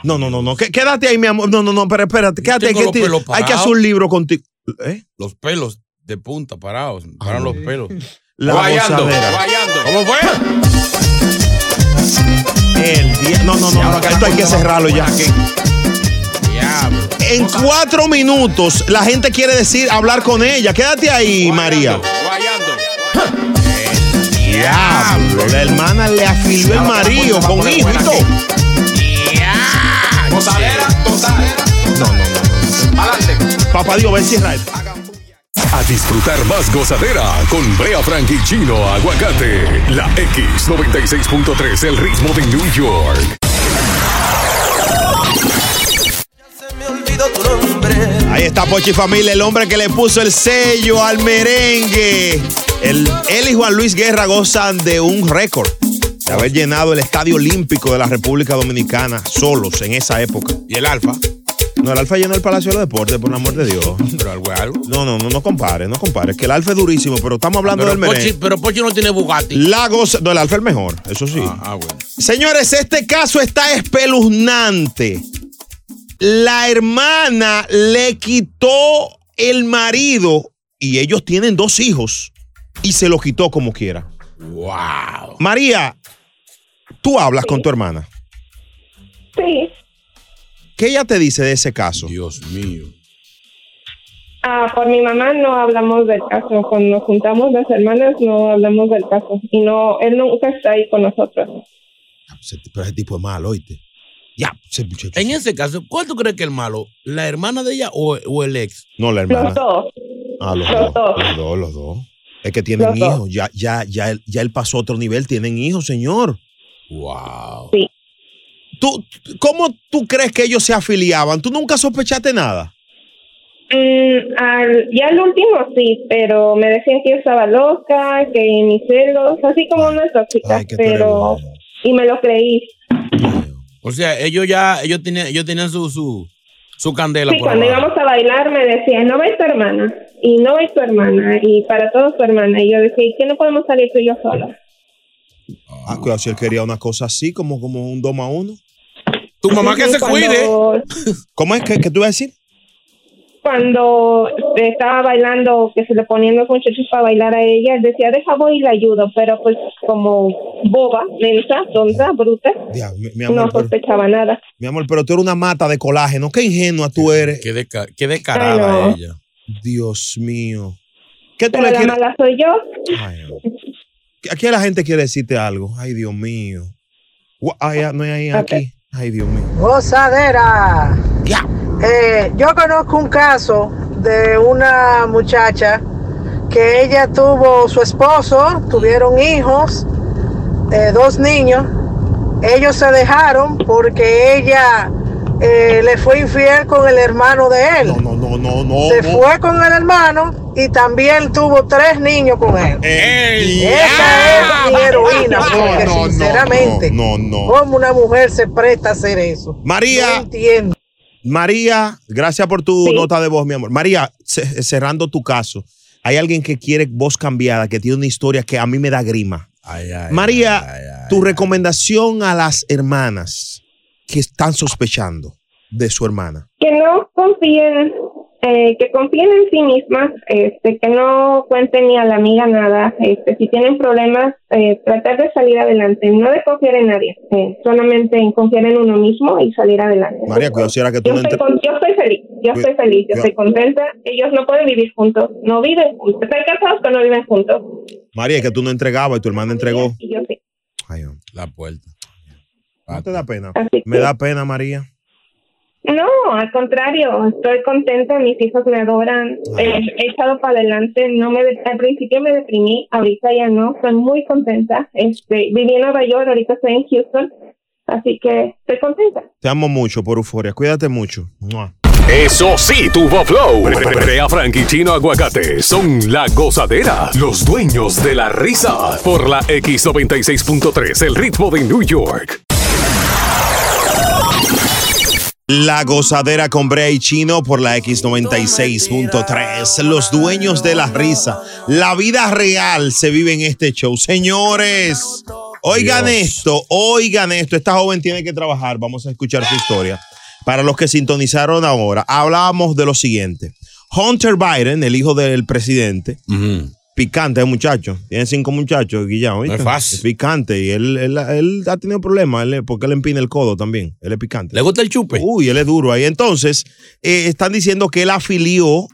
No, no, no, no. qué- Quédate ahí, mi amor. No, no, no, pero espérate, quédate ahí.
tengo
que
los
te-
pelos
hay que
parados.
hacer un libro contigo. ¿Eh? Ah.
Los pelos de punta parados, pararon los pelos.
La gozadera.
¿Cómo fue?
El día. No, no, no, no, esto hay que cerrarlo ya. En cuatro minutos la gente quiere decir hablar con ella. Quédate ahí, María. Diablo, la hermana le afilió el marido con hijo y todo.
Gozadera, gozadera.
No, no, no. Papá Dios, ven cierra esto.
A disfrutar más gozadera con Brea Frank y Chino Aguacate. La X96.3, el ritmo de New York.
Ahí está Pochi Familia, el hombre que le puso el sello al merengue. El- él y Juan Luis Guerra gozan de un récord de haber llenado el Estadio Olímpico de la República Dominicana solos en esa época.
¿Y el alfa?
No, el Alfa llenó el Palacio de los Deportes, por el amor de Dios.
Pero algo es algo.
No, no, no, no compares, no compares. Que el Alfa es durísimo, pero estamos hablando
Ah, Pero
del merengue.
Pochi, pero Pochi no tiene Bugatti.
Lagos, no, el Alfa es el mejor, eso sí.
Ah,
Señores, este caso está espeluznante. La hermana le quitó el marido y ellos tienen dos hijos y se lo quitó como quiera.
Wow.
María, tú hablas con tu hermana.
Sí.
¿Qué ella te dice de ese caso?
Dios mío.
Ah, por mi mamá no hablamos del caso. Cuando nos juntamos las hermanas no hablamos del caso. Y no, él nunca está ahí con nosotros.
Pero Ah, ese tipo es malo, oíste. Ya, ese muchacho.
En ese caso, ¿cuál tú crees que es el malo? ¿La hermana de ella o, o el ex?
No, la
Los
hermana.
dos.
Ah, los,
Los
dos.
dos.
Los dos, los dos. Es que tienen
Los dos.
hijos. Ya, ya, ya, él- ya él pasó a otro nivel. Tienen hijos, señor. Wow.
Sí.
¿Tú, ¿Cómo tú crees que ellos se afiliaban? ¿Tú nunca sospechaste nada?
Mm, al- ya el último sí, pero me decían que yo estaba loca, que mis celos, así como una tóxica, pero... Y me lo creí.
O sea, ellos ya, ellos tenían, ellos tenían su, su, su candela
Sí,
por
cuando
abajo.
íbamos a bailar me decían, no va a ir tu hermana, y no va a ir tu hermana, y para todos tu hermana. Y yo decía, ¿y qué no podemos salir tú y yo sola?
Ah, cuidado, si él quería una cosa así, como, como un 2 más 1.
Tu
mamá que se Cuando- cuide.
¿Cómo es que, que tú vas a decir?
Cuando estaba bailando, que se le ponían los muchachos para bailar a ella, él decía, deja voy y la ayudo, pero pues como boba, mensa, tonta, bruta,
Mi, mi amor,
no sospechaba nada.
mi amor, pero tú eres una mata de colágeno. Qué ingenua tú eres.
Qué, deca- qué descarada
Ay, no.
ella.
Dios mío. ¿Qué tú
Pero
le
la
quieres?
mala soy yo.
Aquí la gente quiere decirte algo. Ay, Dios mío. Gua- Ay, ah, no hay ahí, aquí. Ay, Dios mío.
Gozadera. Eh, yo conozco un caso de una muchacha que ella tuvo su esposo, tuvieron hijos, eh, dos niños. Ellos se dejaron porque ella eh, le fue infiel con el hermano de él. No,
no, no, no, no.
Se
no.
fue con el hermano y también tuvo tres niños con él. Esa es mi heroína, porque sinceramente,
No, no.
¿cómo una mujer se presta a hacer eso?
María.
No entiendo.
María, gracias por tu nota de voz, mi amor. María, ce- cerrando tu caso, hay alguien que quiere voz cambiada, que tiene una historia que a mí me da grima. María, tu recomendación a las hermanas que están sospechando de su hermana.
que no confíen eh, que confíen en sí mismas, este, que no cuenten ni a la amiga nada, este, si tienen problemas, eh, tratar de salir adelante, no de confiar en nadie, eh, solamente en confiar en uno mismo y salir adelante.
María, considera que tú
Yo
no
estoy,
entre-
con- yo estoy feliz, yo
Cu-
estoy feliz, yo
yo-
estoy contenta, ellos no pueden vivir juntos, no viven juntos, están casados pero no viven juntos,
María, que tú no entregabas y tu hermana entregó.
y yo sí.
La puerta. ¿No te da pena?
Así
Me
que-
da pena, María.
No, al contrario, estoy contenta, mis hijos me adoran, eh, he estado para adelante, no me de- al principio me deprimí, ahorita ya no, estoy muy contenta, este, viví en Nueva York, ahorita estoy en Houston, así que estoy contenta.
Te amo mucho por euforia. Cuídate mucho.
Eso sí, tuvo flow. Brea Frank y Chino Aguacate son la gozadera, los dueños de la risa. Por la X96.3, el ritmo de New York.
La gozadera con Brea y Chino por la X96.3. Los dueños de la risa. La vida real se vive en este show. Señores, oigan esto, oigan esto. Esta joven tiene que trabajar. Vamos a escuchar su historia. Para los que sintonizaron ahora, hablábamos de lo siguiente. Hunter Biden, el hijo del presidente, picante el muchacho. Tiene cinco muchachos, Guillermo.
No es fácil.
picante y él, él- él ha tenido problemas él- porque él empina el codo también. Él es picante. ¿Le gusta el chupe? Uy, él es duro ahí. Entonces, eh, están diciendo que él afilió,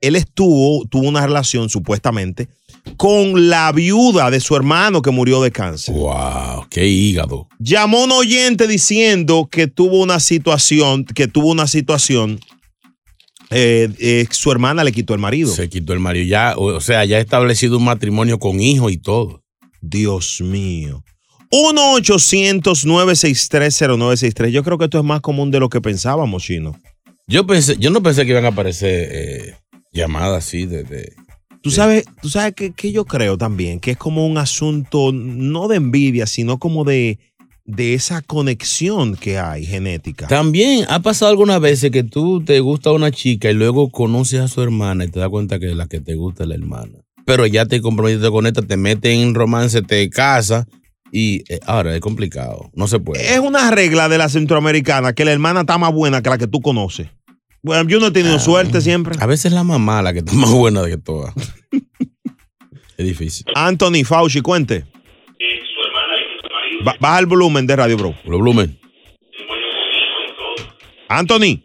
él estuvo, tuvo una relación supuestamente con la viuda de su hermano que murió de cáncer. ¡Wow! ¡Qué hígado! Llamó a un oyente diciendo que tuvo una situación, que tuvo una situación eh, eh, su hermana le quitó el marido.
Se quitó el marido. Ya, o o sea, ya ha establecido un matrimonio con hijo y todo.
Dios mío. 1-800-963-0963. Yo creo que esto es más común de lo que pensábamos, chino.
Yo pensé, yo no pensé que iban a aparecer eh, llamadas así de, de-
Tú sabes, tú sabes que, que yo creo también que es como un asunto no de envidia, sino como de, de esa conexión que hay genética.
También ha pasado algunas veces que tú te gusta una chica y luego conoces a su hermana y te das cuenta que la que te gusta es la hermana. Pero ya te comprometes, te conectas, te metes en romance, te casas y eh, ahora es complicado. No se puede.
Es una regla de la centroamericana que la hermana está más buena que la que tú conoces. Bueno, yo no he tenido suerte siempre.
Ah. A veces la mamá la que está más buena de que todas. es difícil.
Anthony Fauci, cuente. Ba- baja el volumen de Radio Bro.
El volumen.
Anthony.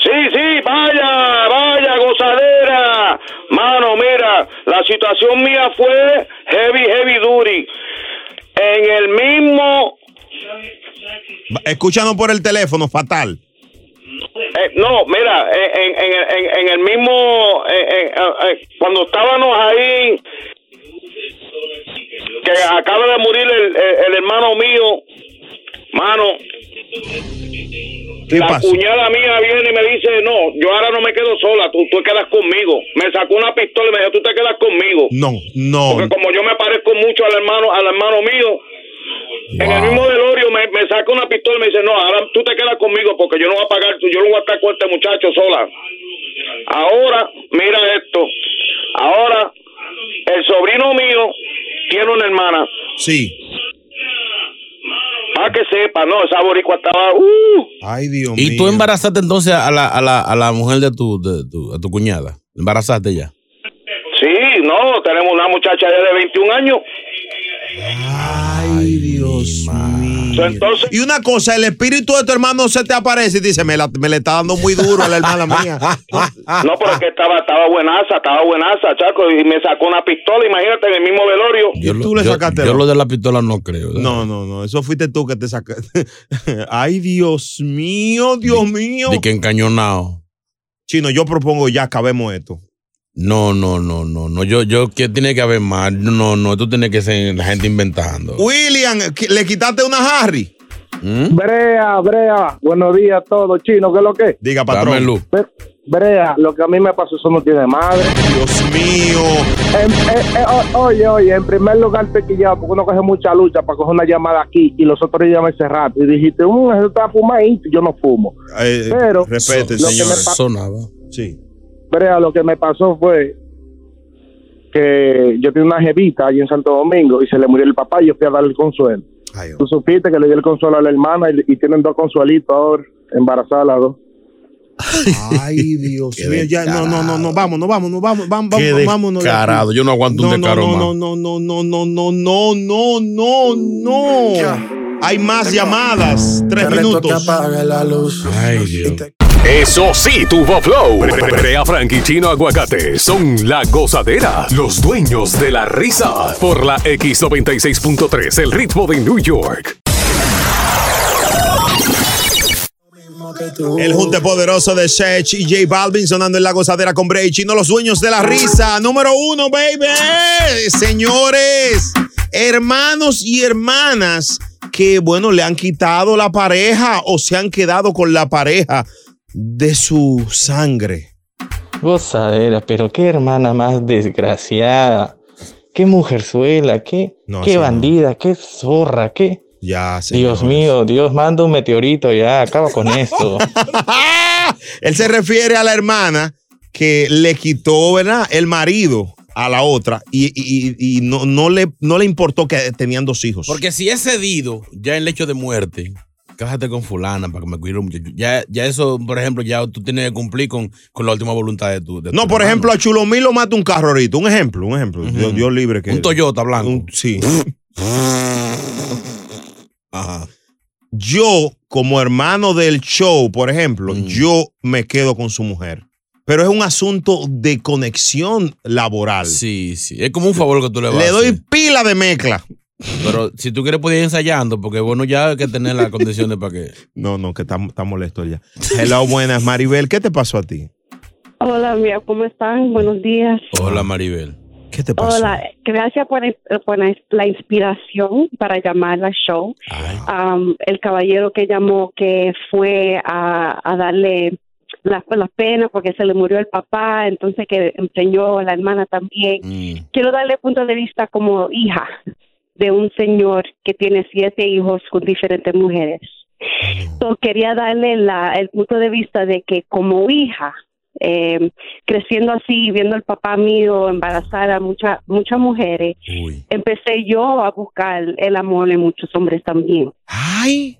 Sí, sí, vaya, vaya, gozadera. Mano, mira, la situación mía fue heavy, heavy duty. En el mismo,
Ba- Escúchanos por el teléfono, fatal.
eh, no, mira, en, en- en- en- en el mismo, eh, eh, eh, eh, cuando estábamos ahí, que acaba de morir el, el- el hermano mío, mano, la cuñada mía viene y me dice, no, yo ahora no me quedo sola, tú, tú quedas conmigo. Me sacó una pistola y me dijo, tú te quedas conmigo.
No, no.
Porque como yo me parezco mucho al hermano, al hermano mío, en el mismo velorio me, me saca una pistola y me dice, no, ahora tú te quedas conmigo porque yo no voy a pagar, yo no voy a estar con este muchacho sola. Ahora, mira esto, ahora el sobrino mío tiene una hermana.
Sí.
Para que sepa, no, esa boricua estaba, uh,
Ay, Dios
¿Y tú embarazaste entonces a la, a la, a la mujer de tu, de tu- a tu cuñada? ¿Embarazaste ya?
sí, no, tenemos una muchacha ya de 21 años.
Ay, Dios mío. y una cosa, el espíritu de tu hermano se te aparece y te dice, me, la- me le está dando muy duro a la hermana mía.
No, pero es que estaba, estaba buenaza, estaba buenaza, chaco, y me sacó una pistola, imagínate, en el mismo velorio.
Yo, lo-
tú le
yo-
sacaste
yo
la-
lo de la pistola no creo.
No, no, no, eso fuiste tú que te sacaste. Ay, Dios mío, Dios mío.
De que encañonado.
Chino, yo propongo ya acabemos esto.
No, no, no, no, no. Yo, yo, que tiene que haber más? No, no, tú tiene que ser la gente inventando.
William, qui- le quitaste una Harry.
¿Mm?
Brea, Brea, buenos días a todos, chino, ¿qué es lo que?
Diga,
patrón. Dame luz.
Be- Brea, lo que a mí me pasó, eso no tiene madre. eh,
Dios mío.
oye, oye, en primer lugar, te he quillado, porque uno coge mucha lucha para coger una llamada aquí y los otros días me cerraste. Y dijiste, "Mm, eso está fumadito, yo no fumo.
Eh,
Pero,
respete,
lo que
señor.
me pa-
Sí.
Brea, lo que me pasó fue que yo tenía una jevita allí en Santo Domingo y se le murió el papá y yo fui a darle el consuelo. Tú supiste que le di el consuelo a la hermana y, y tienen dos consuelitos ahora, embarazadas las dos.
Ay, Dios
Qué
mío. Ya, no, no, no, no, vamos, no, vamos, no, vamos, vamos,
Qué
vamos, vámonos. de aquí.
descarado. Yo no aguanto un
No, no,
descaro más.
no, no, no, no, no, no, no, no, no, no.
Hay más llamadas. Tres minutos.
la luz.
Ay, Eso sí, tuvo flow. Bre- bre- Brea Frank y Chino Aguacate son la gozadera, los dueños de la risa. Por la X96.3, el ritmo de New York.
El junte poderoso de Shech y J Balvin sonando en la gozadera con Bray Chino, los sueños de la risa. Número uno, baby. Señores, hermanos y hermanas que, bueno, le han quitado la pareja o se han quedado con la pareja de su sangre.
Gozadera, pero qué hermana más desgraciada. Qué mujerzuela, qué,
No,
qué
eso no.
bandida, qué zorra, qué.
Ya,
Dios mío, Dios, manda un meteorito ya, acaba con esto.
Él se refiere a la hermana que le quitó, ¿verdad? El marido a la otra y, y- y- y no, no le, no le importó que tenían dos hijos.
Porque si es cedido, ya en el hecho de muerte, cásate con fulana para que me cuide los muchachos. Ya, ya eso, por ejemplo, ya tú tienes que cumplir con, con la última voluntad de tu. de
No,
tu
por
hermano.
ejemplo, a Chulomí lo mata un carro ahorita. Un ejemplo, un ejemplo. Dios, Dios libre que.
Un Toyota blanco.
un- sí. Ajá. Yo, como hermano del show, por ejemplo,
Mm.
yo me quedo con su mujer. Pero es un asunto de conexión laboral.
Sí, sí. Es como un favor que tú le vas
Le
a
doy
hacer.
pila de mezcla.
Pero si tú quieres, puedes ir ensayando, porque bueno, ya hay que tener las condiciones para que.
No, no, que está, está molesto ya. Hello, buenas, Maribel. ¿Qué te pasó a ti?
Hola, mía, ¿cómo están? Buenos días.
Hola, Maribel.
¿Qué te
Hola, gracias por, por la, la inspiración para llamar al show. Am, el caballero que llamó que fue a, a darle la, la pena porque se le murió el papá, entonces que empeñó la hermana también. Quiero darle punto de vista como hija de un señor que tiene siete hijos con diferentes mujeres. So, quería darle la- el punto de vista de que como hija, eh, creciendo así, viendo al papá mío embarazar a mucha- muchas mujeres, empecé yo a buscar el amor en muchos hombres también.
¡Ay!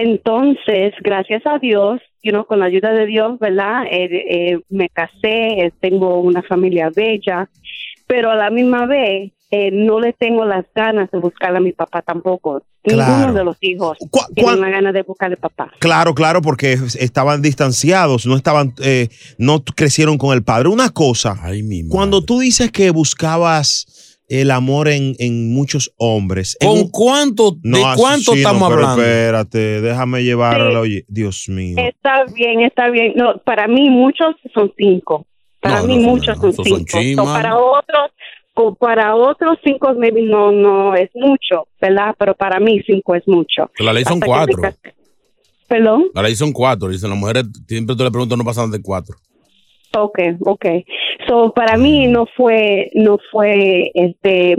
Entonces, gracias a Dios, you know, con la ayuda de Dios, ¿verdad? Eh, eh, me casé, eh, tengo una familia bella, pero a la misma vez eh, no le tengo las ganas de buscar a mi papá tampoco.
Claro.
Ninguno de los hijos tiene la gana de buscar al papá.
Claro, claro, porque estaban distanciados, no estaban, eh, no t- crecieron con el padre. Una cosa, cuando tú dices que buscabas el amor en, en muchos hombres, en
¿Con
un-
cuánto,
No,
de
así
cuánto
sí, no,
estamos
pero
hablando?
Espérate, déjame llevar a la oye- Dios mío.
Está bien, está bien. No, para mí muchos son cinco. Para
No,
mí
no, no,
muchos
no,
son
esos son
cinco. So,
chimas.
para otros, o para otros cinco maybe no, no es mucho, ¿verdad? Pero para mí cinco es mucho.
Que la ley son
Hasta que me
cuatro.
casé. Perdón.
La ley son cuatro. Dicen las mujeres, siempre tú le preguntas, no pasan de cuatro.
Ok, ok. So, para mí no fue, no fue, este,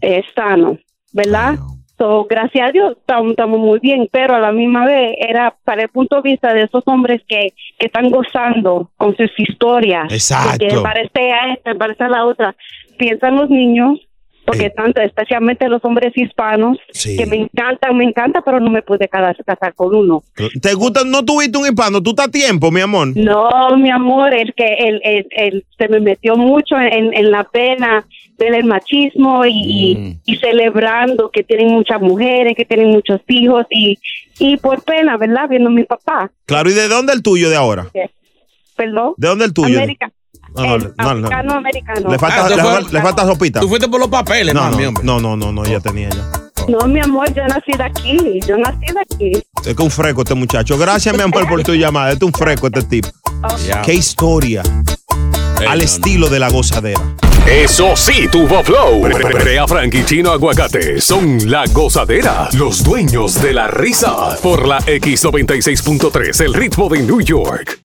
eh, sano, ¿verdad? So, gracias a Dios estamos estamos muy bien, pero a la misma vez era para el punto de vista de esos hombres que, que están gozando con sus historias.
Exacto.
Porque parece a este, esta, parece a la otra. Piensan los niños, porque tanto, especialmente los hombres hispanos, que me encantan, me encanta, pero no me pude ca- casar con uno.
¿Te gusta? ¿No tuviste un hispano? ¿Tú estás a tiempo, mi amor?
No, mi amor, el que el, el- el- se me metió mucho en, en la pena del el machismo y, y-
Mm.
y celebrando que tienen muchas mujeres, que tienen muchos hijos y, y por pena, ¿verdad? Viendo a mi papá.
Claro, ¿y de dónde el tuyo de ahora?
Perdón.
¿De dónde el tuyo?
América.
No, no, no, no.
Africano, americano.
Le falta, le, fal- le falta ropita.
Tú Ah, fuiste por los papeles,
no,
mami,
no, no, no, no, no, ya tenía ya.
No, mi amor, yo nací de aquí. Yo nací de aquí.
Es que un fresco este muchacho. Gracias, mi amor, por tu llamada. Este es un fresco este tipo.
Ya.
Qué historia. Al estilo de la gozadera.
Eso sí, tuvo flow. Bre- bre- Brea Frank y Chino Aguacate son la gozadera, los dueños de la risa. Por la X96.3, el ritmo de New York.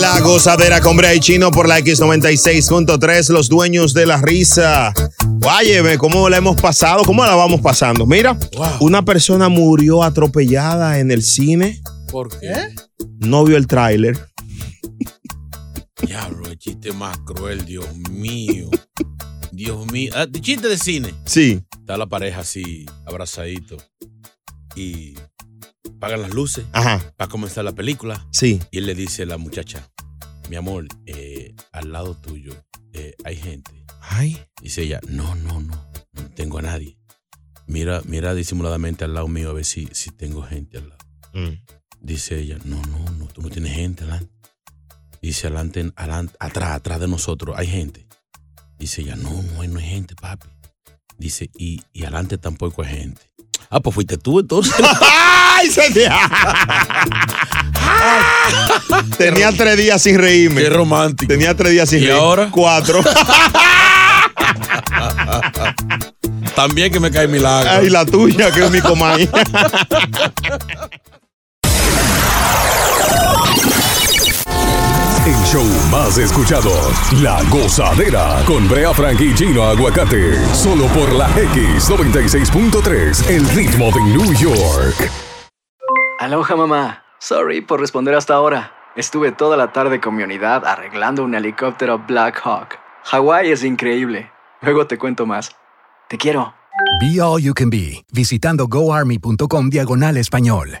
La gozadera con Brea y Chino por la X96.3, los dueños de la risa. Óyeme, ¿cómo la hemos pasado? ¿Cómo la vamos pasando? Mira, una persona murió atropellada en el cine.
¿Por qué?
No vio el tráiler.
Diablo, el chiste más cruel, Dios mío. Dios mío. Ah, chiste de cine.
Sí.
Está la pareja así, abrazadito. Y pagan las luces.
Ajá.
Va a comenzar la película.
Sí.
Y él le dice a la muchacha, mi amor, eh, al lado tuyo eh, hay gente.
Ay.
Dice ella, no, no, no, no tengo a nadie. Mira, mira disimuladamente al lado mío a ver si, si tengo gente al lado.
Mm.
Dice ella, no, no, no, tú no tienes gente adelante. Dice, adelante, adelante, atrás, atrás de nosotros hay gente. Dice ella, no, no hay, no hay gente, papi. Dice, y, y adelante tampoco hay gente. Ah, pues fuiste tú entonces.
¡Ay, se te... Tenía tres días sin reírme. Qué
romántico.
Tenía tres días sin
¿Y
reírme.
ahora?
Cuatro.
También que me cae milagro.
Ay, la tuya, que es mi comay.
El show más escuchado, La Gozadera, con Brea Frank y Gino Aguacate, solo por la X96.3, el ritmo de New York.
Aloha mamá. Sorry por responder hasta ahora. Estuve toda la tarde con mi unidad arreglando un helicóptero Black Hawk. Hawái es increíble. Luego te cuento más. Te quiero.
Be All You Can Be, visitando goarmy.com diagonal español.